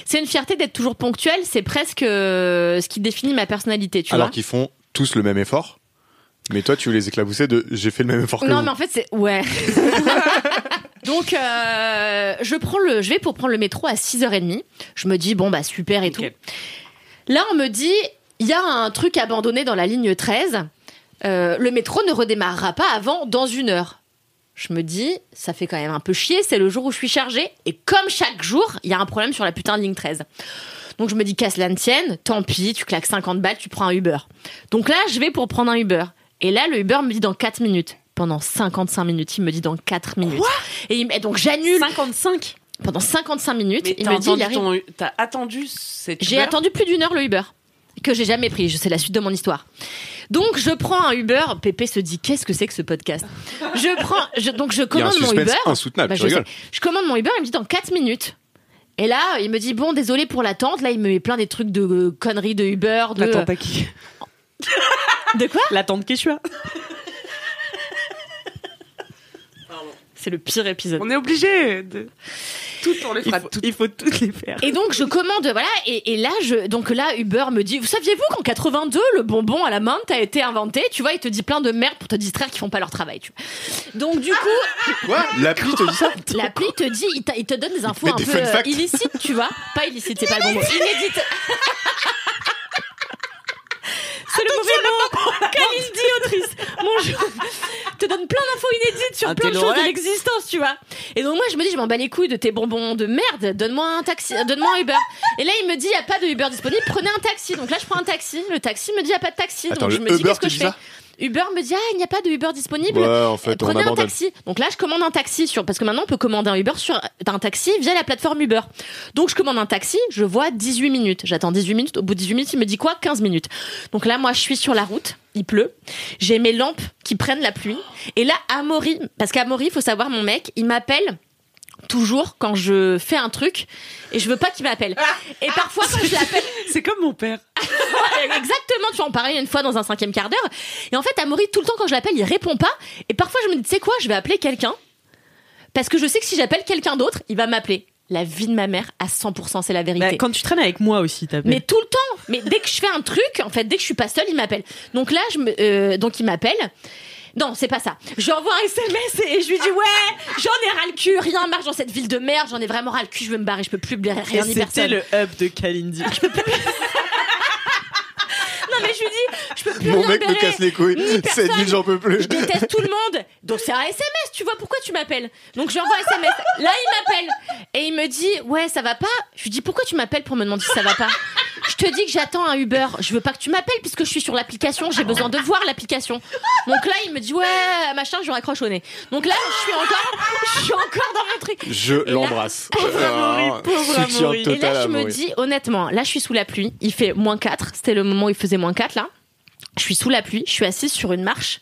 G: C'est une fierté d'être toujours ponctuelle, c'est presque euh, ce qui définit ma personnalité, tu
F: Alors
G: vois.
F: qu'ils font tous le même effort. Mais toi, tu veux les éclabousser de j'ai fait le même effort que
G: Non,
F: vous.
G: mais en fait, c'est. Ouais. (laughs) Donc, euh, je, prends le, je vais pour prendre le métro à 6h30. Je me dis, bon, bah super et
E: Nickel.
G: tout. Là, on me dit, il y a un truc abandonné dans la ligne 13. Euh, le métro ne redémarrera pas avant dans une heure. Je me dis, ça fait quand même un peu chier, c'est le jour où je suis chargée. Et comme chaque jour, il y a un problème sur la putain de ligne 13. Donc je me dis qu'à cela ne tienne, tant pis, tu claques 50 balles, tu prends un Uber. Donc là, je vais pour prendre un Uber. Et là, le Uber me dit dans 4 minutes. Pendant 55 minutes, il me dit dans 4 minutes. et, il- et donc j'annule
A: 55.
G: pendant 55 minutes.
E: Mais
G: il
E: t'as
G: me dit, il
E: attendu
G: arrive.
E: ton- t'as attendu cette
G: J'ai
E: heure
G: attendu plus d'une heure le Uber que j'ai jamais pris. Je- C'est la suite de mon histoire. Donc je prends un Uber. Pépé se dit qu'est-ce que c'est que ce podcast Je prends je- donc je
F: Il y a un
G: commande mon
F: suspense
G: Uber.
F: insoutenable,
G: Bah,
F: Ah, tu
G: je,
F: rigoles.
G: sais. Je commande mon Uber. Il me dit dans 4 minutes. Et là, il me dit bon désolé pour l'attente. Là, il me met plein des trucs de euh, conneries de Uber. De
E: Attends, t'as qui
G: de quoi
A: La tante Quechua. C'est le pire épisode.
E: On est obligé de. Tout, on les
A: Il
E: fera
A: faut,
E: tout.
A: il faut toutes les faire.
G: Et donc je commande, voilà, et, et là je, donc là Uber me dit, vous saviez-vous qu'en 82 le bonbon à la menthe a été inventé, tu vois, il te dit plein de merde pour te distraire qui font pas leur travail, tu vois. Donc du coup,
F: Quoi L'appli te dit ça
G: l'appli te dit, il, t'a- il te donne des infos
F: fait
G: un
F: des
G: peu euh,
F: fun facts.
G: illicites, tu vois, pas illicites, c'est pas le bon mot, inédites. C'est le mauvais mot. Kalindi, on auditrice. Bonjour. Je te donne plein d'infos inédites sur
I: Un
G: plein de choses de
I: Telluride.
G: l'existence, tu vois. Et donc moi je me dis je m'en bats les couilles de tes bonbons de merde, donne-moi un taxi, euh, donne-moi un Uber. Et là il me dit il y a pas de Uber disponible, prenez un taxi. Donc là je prends un taxi, le taxi me dit il y a pas de taxi.
F: Attends,
G: donc je
F: le
G: me dis
F: Uber
G: qu'est-ce
F: te
G: que je
F: dit
G: fais
F: ça
G: Uber me dit ah il n'y a pas de Uber disponible.
F: Ouais, en fait,
G: Euh,
F: on
G: prenez un
F: abandonne.
G: taxi. Donc là je commande un taxi sur parce que maintenant on peut commander un Uber sur un taxi via la plateforme Uber. Donc je commande un taxi, je vois 18 minutes. J'attends 18 minutes, au bout de 18 minutes, il me dit quoi 15 minutes. Donc là moi je suis sur la route, il pleut. J'ai mes lampes qui prennent la pluie et là Amaury parce qu'Amaury, faut savoir mon mec, il m'appelle toujours quand je fais un truc et je veux pas qu'il m'appelle. Et parfois quand je l'appelle
E: C'est comme mon père.
G: (laughs) Exactement, tu en parlais une fois dans un cinquième quart d'heure. Et en fait, Amaury, tout le temps quand je l'appelle, il répond pas. Et parfois, je me dis, tu sais quoi, je vais appeler quelqu'un. Parce que je sais que si j'appelle quelqu'un d'autre, il va m'appeler. La vie de ma mère à 100%, c'est la vérité.
A: Bah, quand tu traînes avec moi aussi, t'as
G: Mais tout le temps. Mais dès que je fais un truc, en fait, dès que je suis pas seule, il m'appelle. Donc là, je me, euh, donc il m'appelle. Non, c'est pas ça. J'envoie un SMS et je lui dis ouais, j'en ai ras le cul, rien marche dans cette ville de merde, j'en ai vraiment ras le cul, je veux me barrer, je peux plus blairer
A: Et
G: rien ni
A: c'était
G: personne.
A: le hub de Kalindi.
G: Non mais je lui dis, je peux plus
F: Mon
G: rien
F: mec me
G: blairer.
F: casse les couilles.
G: ni
F: (laughs) Cette
G: personne.
F: ville, j'en peux plus.
G: Je déteste tout le monde. Donc c'est un SMS, tu vois pourquoi tu m'appelles. Donc je lui envoie un SMS. Là, il m'appelle et il me dit "Ouais, ça va pas." Je lui dis "Pourquoi tu m'appelles pour me demander si ça va pas Je te dis que j'attends un Uber. Je veux pas que tu m'appelles puisque je suis sur l'application, j'ai besoin de voir l'application." Donc là, il me dit "Ouais, machin, je lui raccroche au nez." Donc là, je suis encore je suis encore dans mon truc.
F: (laughs) Je
G: Et là-
F: l'embrasse.
A: Pauvre Amaury,
F: Ah,
A: pauvre
F: soutien
A: Amaury.
G: Et
F: total
G: là,
F: à
G: je me
F: Amaury.
G: dis, honnêtement, là, je suis sous la pluie. Il fait moins 4. C'était le moment où il faisait moins 4, là. Je suis sous la pluie. Je suis assise sur une marche.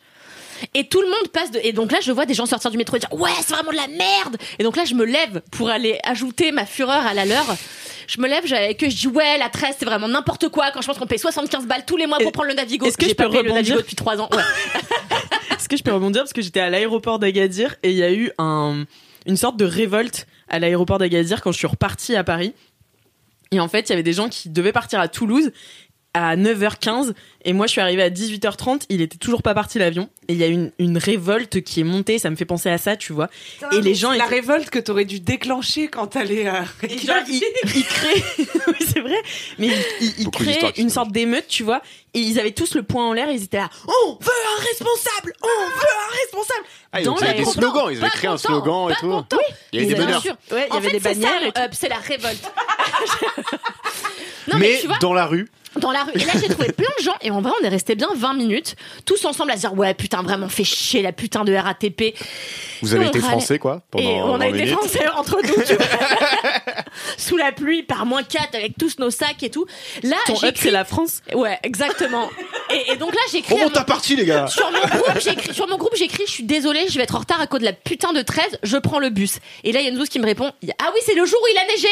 G: Et tout le monde passe de. Et donc là, je vois des gens sortir du métro et dire Ouais, c'est vraiment de la merde Et donc là, je me lève pour aller ajouter ma fureur à la leur. Je me lève j'ai- et que je dis Ouais, la 13, c'est vraiment n'importe quoi quand je pense qu'on paye 75 balles tous les mois pour
A: Et-
G: prendre le Navigo.
A: est-ce que
G: J'ai
A: je
G: pas
A: peux
G: payé le
A: rebondir
G: Navigo depuis 3 ans Ouais.
A: Est-ce que je peux rebondir parce que j'étais à l'aéroport d'Agadir et il y a eu un- une sorte de révolte à l'aéroport d'Agadir quand je suis repartie à Paris. Et en fait, il y avait des gens qui devaient partir à Toulouse à 9h15 et moi je suis arrivée à 18h30, il était toujours pas parti l'avion et il y a une, une révolte qui est montée, ça me fait penser à ça, tu vois. Et les gens
E: Ah, La
A: ils-
E: révolte que t'aurais dû déclencher quand t'allais euh, (laughs) à.
A: et genre, ils, ils créent, (laughs) oui c'est vrai, mais ils, ils- ils
F: Beaucoup
A: créent
F: d'histoires qui
A: une
F: se
A: sorte d'émeute, tu vois, et ils avaient tous le poing en l'air, et ils étaient là, on veut un responsable, on veut un responsable.
F: Ah, ils ont
A: Dans
F: créé (laughs) des
A: l'aéroport.
F: slogans, ils avaient
G: Pas
F: créé un
G: content,
F: slogan et
G: pas
F: tout.
G: content.
F: Il y avait des
G: Bien
F: banners.
G: sûr.
A: Ouais, il y
G: En
A: avait
G: fait,
A: des
G: c'est ça,
A: bannières
G: le
A: et tout.
G: up, C'est la
F: (laughs)
G: révolte. Non,
F: Mais
G: tu vois,
F: dans la rue, oh,
G: dans la rue. Et là, j'ai trouvé plein de gens. Et en vrai, on est resté bien 20 minutes, tous ensemble à se dire Ouais, putain, vraiment, fait chier la putain de RATP.
F: vous avez
G: on
F: été
G: râlait.
F: français, quoi, pendant
G: et on a
F: 20
G: été
F: minutes.
G: français entre nous, tu vois. (laughs) Sous la pluie, par moins 4, avec tous nos sacs et tout. Là,
A: Ton
G: j'ai
A: hub c'est
G: écrit-
A: la France.
G: Ouais, exactement. Et, et donc là, j'écris.
F: On
G: à
F: monte
G: mon-
F: à partie, les gars.
G: sur mon groupe, j'écris, sur mon groupe, j'écris, je suis désolée, je vais être en retard à cause de la putain de 13, je prends le bus. Et là, il y a une zouz qui me répond, il y a- ah oui, c'est le jour où il a neigé.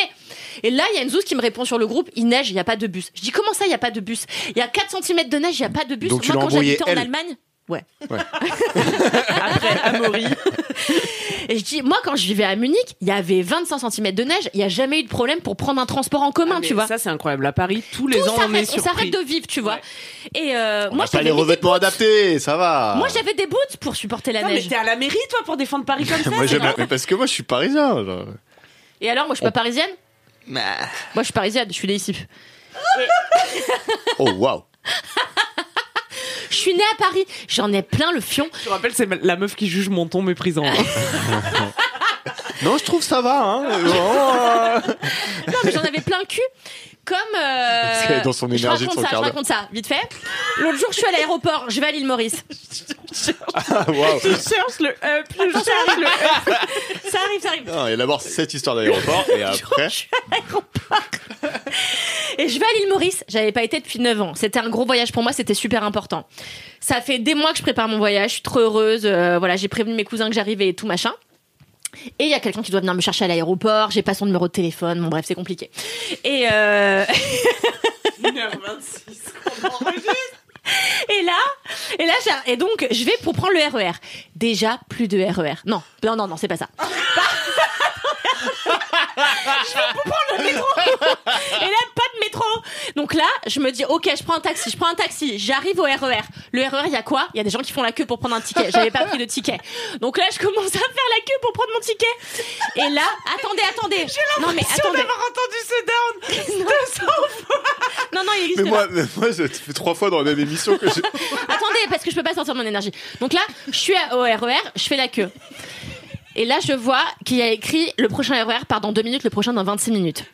G: Et là, il y a une zouz qui me répond sur le groupe, il neige, il n'y a pas de bus. Je dis, comment ça, il n'y a pas de bus? Il y a 4 cm de neige, il n'y a pas de bus.
F: Donc tu
G: Moi,
F: l'as
G: quand
F: embrouillé,
G: j'habitais en
F: elle
G: Allemagne. Ouais.
A: Après, (laughs) Amaury.
G: Et je dis, moi, quand je vivais à Munich, il y avait 25 cm de neige, il n'y a jamais eu de problème pour prendre un transport en commun, tu vois.
E: Ah, Ça, c'est incroyable. À Paris, tous les
G: Tout
E: ans, on est
G: s'arrête, on
E: surpris.
G: s'arrête de vivre, tu vois. Et euh,
F: On
G: moi,
F: n'a pas
G: j'avais
F: les
G: mis des
F: revêtements
G: boots.
F: adaptés, ça va.
G: Moi, j'avais des boots pour supporter la
E: Non, mais
G: neige.
E: t'es à la mairie, toi, pour défendre Paris (laughs) comme ça.
F: Moi,
E: c'est
F: j'aime la-
E: normal.
F: mais parce que moi, je suis parisien. genre.
G: Et alors, moi, je suis pas parisienne
F: Bah.
G: Moi, je suis parisienne, je suis née ici.
F: Oh, waouh.
G: Je suis née à Paris, j'en ai plein le fion.
E: Je te rappelle, c'est la meuf qui juge mon ton (laughs) méprisant.
F: Non, je trouve ça va. Hein. (laughs) Vraiment, euh,
G: Non, mais j'en avais plein le cul. Comme. euh,
F: Parce qu'elle est dans son
G: je
F: énergie de
G: raconte
F: son
G: ça, je
F: quart d'heure.
G: raconte ça, vite fait. L'autre jour, je suis à l'aéroport, je vais à l'île Maurice.
F: waouh.
A: Je cherche le hub, je cherche le
G: (laughs) Ça arrive, ça arrive.
F: Non, il y a d'abord cette histoire d'aéroport et après.
G: Et je vais à l'île Maurice, j'avais pas été depuis 9 ans. C'était un gros voyage pour moi, c'était super important. Ça fait des mois que je prépare mon voyage, je suis trop heureuse. euh, voilà, j'ai prévenu mes cousins que j'arrivais et tout machin. Et il y a quelqu'un qui doit venir me chercher à l'aéroport, j'ai pas son numéro de téléphone, bon bref, c'est compliqué. Et euh,
E: 1h26.
G: Et là, et là, j'ai- et donc, je vais pour prendre le RER. Déjà, plus de RER. Non, non, non, non, c'est pas ça. Pas- je vais pour prendre le métro. Et là, pas de métro. Donc là, je me dis, ok, je prends un taxi, je prends un taxi, j'arrive au RER. Le RER, il y a quoi Il y a des gens qui font la queue pour prendre un ticket. J'avais pas pris de ticket. Donc là, je commence à faire la queue pour prendre mon ticket. Et là, attendez, attendez. Non mais
E: Si on
G: attendez.
E: d'avoir entendu ce down
G: Non.
E: 200
G: Non non, non, il existe
F: Mais moi,
G: pas.
F: mais moi, je te fais trois fois dans la même émission que je...
G: Attendez, parce que je peux pas sortir mon énergie. Donc là, je suis à- au RER, je fais la queue. Et là, je vois qu'il y a écrit le prochain RER part dans 2 minutes, le prochain dans 26 minutes.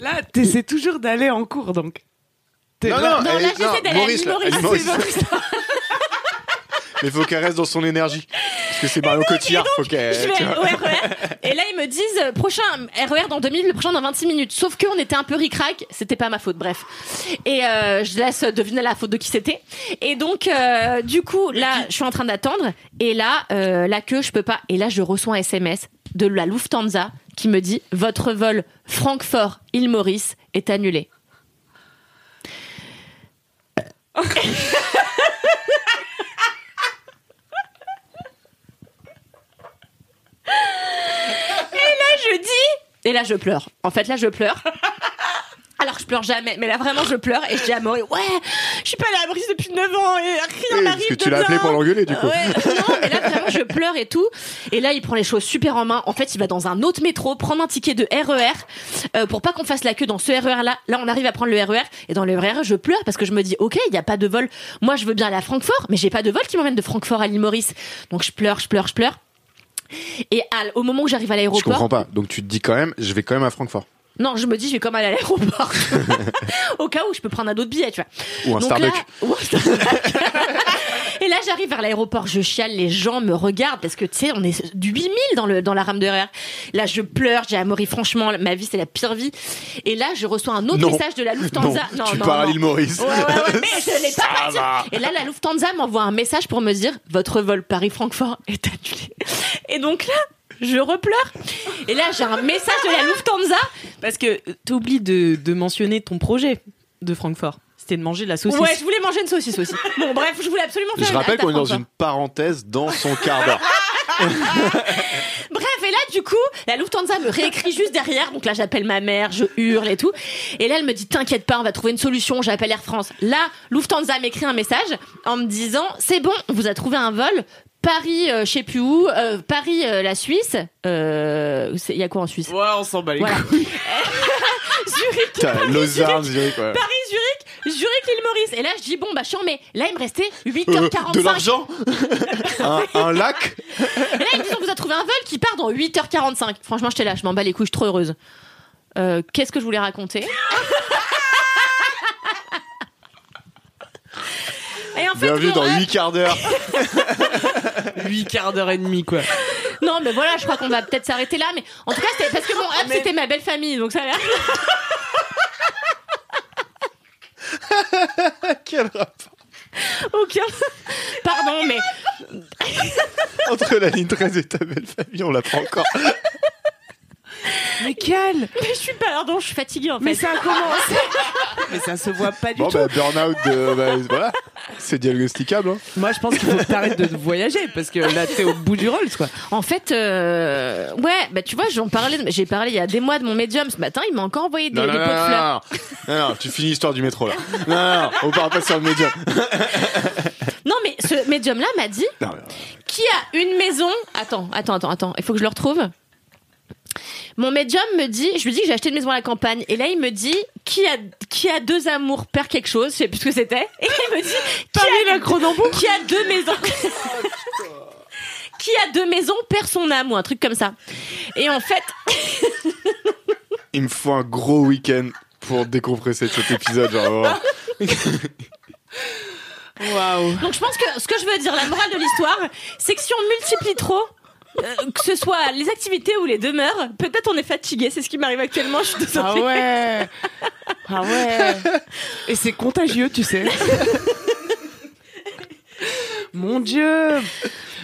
E: Là, t'essaies toujours d'aller en cours, donc. T'es-
G: non,
F: elle-
G: là, j'essaie d'aller à
F: Maurice, là,
G: Maurice,
F: elle est
G: Maurice. (laughs)
F: Maurice. Mais faut qu'elle reste dans son énergie. Parce que c'est Mario Cotillard, faut qu'elle.
G: Je
F: euh, tu
G: vais
F: vois.
G: au RER et là ils me disent euh, prochain RER dans 2000, le prochain dans 26 minutes. Sauf qu'on était un peu ricrac, c'était pas ma faute, bref. Et euh, je laisse deviner la faute de qui c'était. Et donc euh, du coup là je suis en train d'attendre et là euh, la queue je peux pas. Et là je reçois un SMS de la Lufthansa qui me dit votre vol Francfort-Île Maurice est annulé. Et là, je dis. Et là, je pleure. En fait, là, je pleure. Alors, que je pleure jamais, mais là, vraiment, je pleure et je dis à Maurice Ouais, je suis pas allée à Maurice depuis 9 ans et rien
F: Oui,
G: n'arrive.
F: parce que
G: de
F: tu l'as
G: bien.
F: appelé pour l'engueuler, du coup. (laughs)
G: Ouais, non, mais là, vraiment, je pleure et tout. Et là, il prend les choses super en main. En fait, il va dans un autre métro prendre un ticket de RER euh, pour pas qu'on fasse la queue dans ce RER-là. Là, on arrive à prendre le RER. Et dans le RER, je pleure parce que je me dis Ok, il n'y a pas de vol. Moi, je veux bien aller à Francfort, mais j'ai pas de vol qui m'emmène de Francfort à l'île Maurice. Donc, je pleure, je pleure, je pleure. Et à- au moment où j'arrive à
F: Je
G: l'aéroport,
F: comprends pas. Donc tu te dis quand même, je vais quand même à Francfort.
G: non, je me dis, je vais comme aller à
F: (laughs)
G: l'aéroport. Au cas où, je peux prendre un autre billet, tu vois.
F: Ou un
G: Donc
F: Starbucks.
G: là- ou un Starbucks. Et là, j'arrive vers l'aéroport, je chiale, les gens me regardent parce que, tu sais, on est du 8000 dans, le, dans la rame de RER. Là, je pleure, j'ai amoré, franchement, ma vie, c'est la pire vie. Et là, je reçois un autre
F: Non.
G: message de la Lufthansa.
F: Non, tu pars à l'île Maurice.
G: Ouais, ouais, ouais, mais je l'ai
F: Ça
G: pas parti.
F: va.
G: Et là, la Lufthansa m'envoie un message pour me dire votre vol Paris-Francfort est annulé. Et donc là, je repleure. Et là, j'ai un message de la Lufthansa.
A: Parce que euh, t'oublies de, de mentionner ton projet de Francfort. C'était de manger de la saucisse.
G: Ouais, je voulais manger une saucisse
E: (laughs)
G: aussi. Bon, bref, je voulais absolument faire
F: Je
G: une
F: rappelle
G: hâte à
F: qu'on est dans
G: Francfort.
F: une parenthèse dans son quart d'heure.
G: Bref, et là, du coup, la Lufthansa me réécrit juste derrière. Donc là, j'appelle ma mère, je hurle et tout. Et là, elle me dit T'inquiète pas, on va trouver une solution. J'appelle Air France. Là, Lufthansa m'écrit un message en me disant C'est bon, on vous a trouvé un vol. Paris, euh, je sais plus où, euh, Paris, euh, la Suisse. Euh, c'est- Il y a quoi en Suisse
E: Ouais, on s'en bat les
G: Voilà.
E: couilles.
G: (laughs) Zurich,
F: Putain,
G: Paris, Zurich,
F: Lausanne, Zurich, ouais.
G: Paris, Zurich, Zurich, l'île Maurice. Et là, je dis Bon, bah, chiant, mais là, il me restait 8h45.
F: Euh, de l'argent un, un lac
G: Et là, ils me disent, on vous a trouvé un vol qui part dans 8h45. Franchement, je t'ai là, je m'en bats les couilles, je suis trop heureuse. Euh, Qu'est-ce que je voulais raconter Et en fait,
F: Bienvenue
G: bon,
F: dans
G: euh,
F: 8 quarts d'heure.
E: 8 quarts d'heure et demie, quoi.
G: non, mais voilà, je crois qu'on va peut-être s'arrêter là. Mais en tout cas, c'était parce que mon app, c'était ma belle famille, donc (laughs) ça a l'air.
F: Quel rapport
G: Aucun. Pardon, mais
F: entre la ligne 13 et ta belle famille, on l'apprend encore.
E: Mais quelle
G: mais je suis pas. Pardon, je suis fatiguée en fait.
E: Mais ça a commencé (laughs) Mais ça se voit pas du
F: Bon,
E: tout.
F: bah, burn-out, de- bah, voilà. C'est diagnosticable. Hein.
E: Moi, je pense qu'il faut que t'arrêtes de voyager parce que là, t'es au bout du rôle, quoi.
G: En fait, euh, ouais, bah tu vois, j'en parlais, j'ai parlé il y a des mois de mon médium ce matin. Il m'a encore envoyé des,
F: Non,
G: des
F: non,
G: pots
F: non,
G: de fleurs.
F: non, non, non, non, tu finis l'histoire du métro là. Non, non, non, on parle pas sur le médium.
G: Non, mais ce médium-là m'a dit
F: Non, mais- euh,
G: qui a une maison. Attends, attends, attends, attends. Il faut que je le retrouve. Mon médium me dit, je lui dis que j'ai acheté une maison à la campagne, et là il me dit qui a qui a deux amours perd quelque chose, je sais plus ce que c'était, et il me dit qui a, qui a deux maisons, qui a deux maisons perd son âme ou un truc comme ça. Et en fait,
F: Il me faut un gros week-end pour décompresser de cet épisode. Genre, vraiment.
E: Waouh.
G: donc je pense que ce que je veux dire, la morale de l'histoire, c'est que si on multiplie trop. euh, que ce soit les activités ou les demeures, peut-être on est fatigué, c'est ce qui m'arrive actuellement, je suis désolée. (laughs)
E: Ah ouais Ah ouais Et c'est contagieux, tu sais. Mon Dieu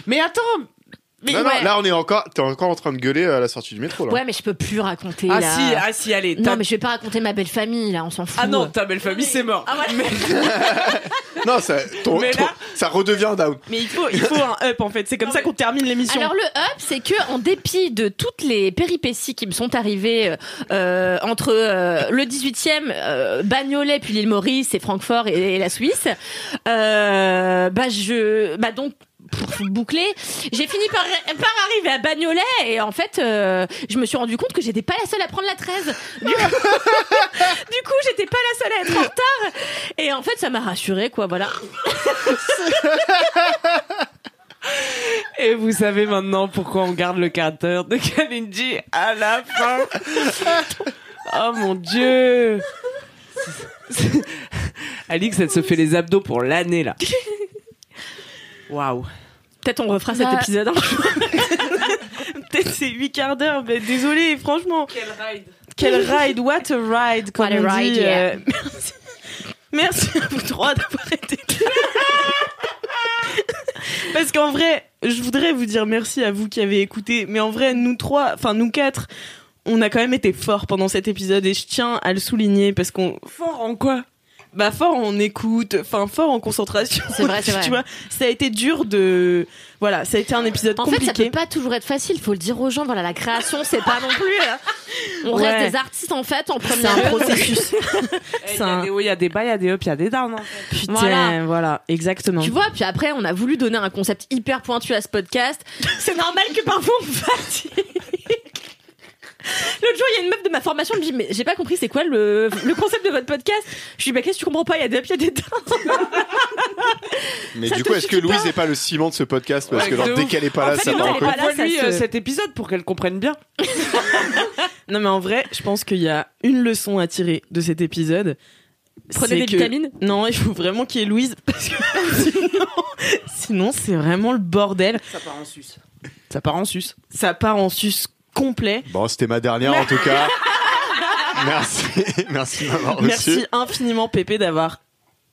E: Mais attends mais
F: non, non,
G: ouais.
F: là on est encore, t'es encore en train de gueuler à la sortie du métro là.
G: Ouais, mais je peux plus raconter.
E: Ah
G: là.
E: si, ah si, allez. ta-
G: Non, mais je vais pas raconter ma belle famille, là, on s'en fout.
E: Ah non, ta belle famille, c'est mort.
G: Ah
F: Non, ça, ton-
E: Mais
F: ton-
E: là-
F: ça redevient down.
A: Mais il faut, il faut un up en fait. C'est comme ça qu'on termine l'émission.
G: Alors le up, c'est que en dépit de toutes les péripéties qui me sont arrivées euh, entre euh, le 18e, euh, Bagnolet, puis l'île Maurice et Francfort et, et la Suisse, euh, bah je, bah donc pour boucler, j'ai fini par, par arriver à Bagnolet et en fait, euh, je me suis rendu compte que j'étais pas la seule à prendre la 13. Du coup, (laughs) du coup, j'étais pas la seule à être en retard et en fait, ça m'a rassurée quoi, voilà.
E: Et vous savez maintenant pourquoi on garde le quart d'heure de Kalindi à la fin. Oh mon dieu. (laughs) Alix, elle se fait les abdos pour l'année là. Waouh.
G: Peut-être on refera cet
I: Bah.
G: épisode.
A: (laughs) Peut-être c'est 8 quarts d'heure, mais désolé, franchement.
E: Quel ride.
A: Quel ride, what a ride, comme
G: What a
A: on
G: ride,
A: dit.
G: yeah.
A: euh, merci. Merci à vous trois d'avoir été (laughs) là. Parce qu'en vrai, je voudrais vous dire merci à vous qui avez écouté, mais en vrai, nous trois, enfin nous quatre, on a quand même été forts pendant cet épisode et je tiens à le souligner parce qu'on,
E: Fort en quoi
A: bah fort on écoute, enfin fort en concentration.
G: C'est vrai, c'est vrai.
A: (laughs) Tu vois, ça a été dur de, voilà, ça a été un épisode
G: En fait,
A: compliqué.
G: ça peut pas toujours être facile, faut le dire aux gens. Voilà, la création, c'est pas non plus. euh, On
A: Ouais.
G: reste des artistes en fait en
A: C'est
G: première
A: un
G: lieu.
A: processus.
E: Eh, Il y
A: Ça-
E: a des hauts, il y a des bas, il y a des ups, il y a des downs. hein.
A: Putain,
G: Voilà.
A: voilà, exactement.
G: Tu vois, puis après, on a voulu donner un concept hyper pointu à ce podcast. C'est normal que parfois on me fatigue. L'autre jour, il y a une meuf de ma formation qui me dit Mais j'ai pas compris, c'est quoi le, le concept de votre podcast Je lui dis Bah, qu'est-ce que tu comprends pas Il y a des pieds des dents.
F: Mais
G: Ça
F: du
G: te
F: coup, est-ce que
G: suffit
F: Louise
G: pas
F: n'est pas le ciment de ce podcast Parce
E: Ouais,
F: que
E: de
F: genre, dès
E: ouf.
F: qu'elle est pas là,
G: fait,
F: ça
G: non,
F: part en
G: Ah, elle est
F: couille.
G: pas là, ça
E: Envoie-lui
G: se-
E: euh, cet épisode pour qu'elle comprenne bien.
A: Non mais en vrai, je pense qu'il y a une leçon à tirer de cet épisode.
G: Prenez
A: C'est
G: des
A: que-
G: vitamines.
A: Non, il faut vraiment qu'il y ait Louise (laughs) parce que sinon, sinon, c'est vraiment le bordel.
E: Ça part en sus. Ça part en sus.
A: Ça part en sus complet.
F: Bon, c'était ma dernière en tout cas. Merci, merci de m'avoir reçu.
A: Merci infiniment Pépé d'avoir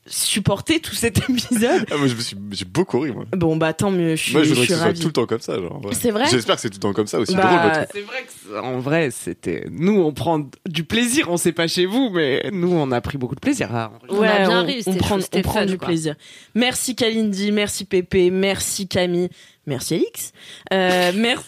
A: supporté tout cet (laughs) épisode.
F: Ah, moi, je me suis, j'ai beaucoup ri, moi.
A: Bon bah tant mieux, je suis,
F: Moi, je
A: je
F: voudrais
A: suis
F: que ce soit
A: ravie.
F: tout le temps comme ça, genre. en vrai.
G: C'est vrai
F: J'espère que c'est tout le temps comme ça aussi.
A: Bah,
F: drôle, le
G: Ah.
F: truc.
E: C'est vrai que c'est- en vrai, c'était nous on prend du plaisir, on sait pas chez vous mais nous on a pris beaucoup de plaisir à enregistrer.
G: On a bien
A: on,
G: ri,
A: on
G: c'était
A: prend,
G: chou-
A: on
G: c'était
A: prend
G: fun,
A: du
G: quoi.
A: plaisir. Merci Kalindi, merci Pépé, merci Camille, merci Alix. Euh, merci.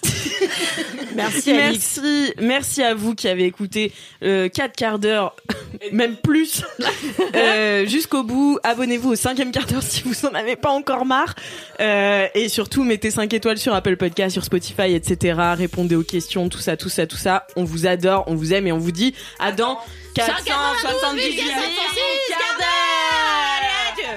G: Merci, Alix.
A: (laughs) Merci, merci à vous qui avez écouté 4 quarts d'heure, (laughs) même plus, (laughs) euh, jusqu'au bout. Abonnez-vous au cinquième quart d'heure si vous en avez pas encore marre. Euh, et surtout, mettez 5 étoiles sur Apple Podcast, sur Spotify, etc. Répondez aux questions, tout ça, tout ça, tout ça. On vous adore, on vous aime et on vous dit à dans 478 000 quarts d'heure.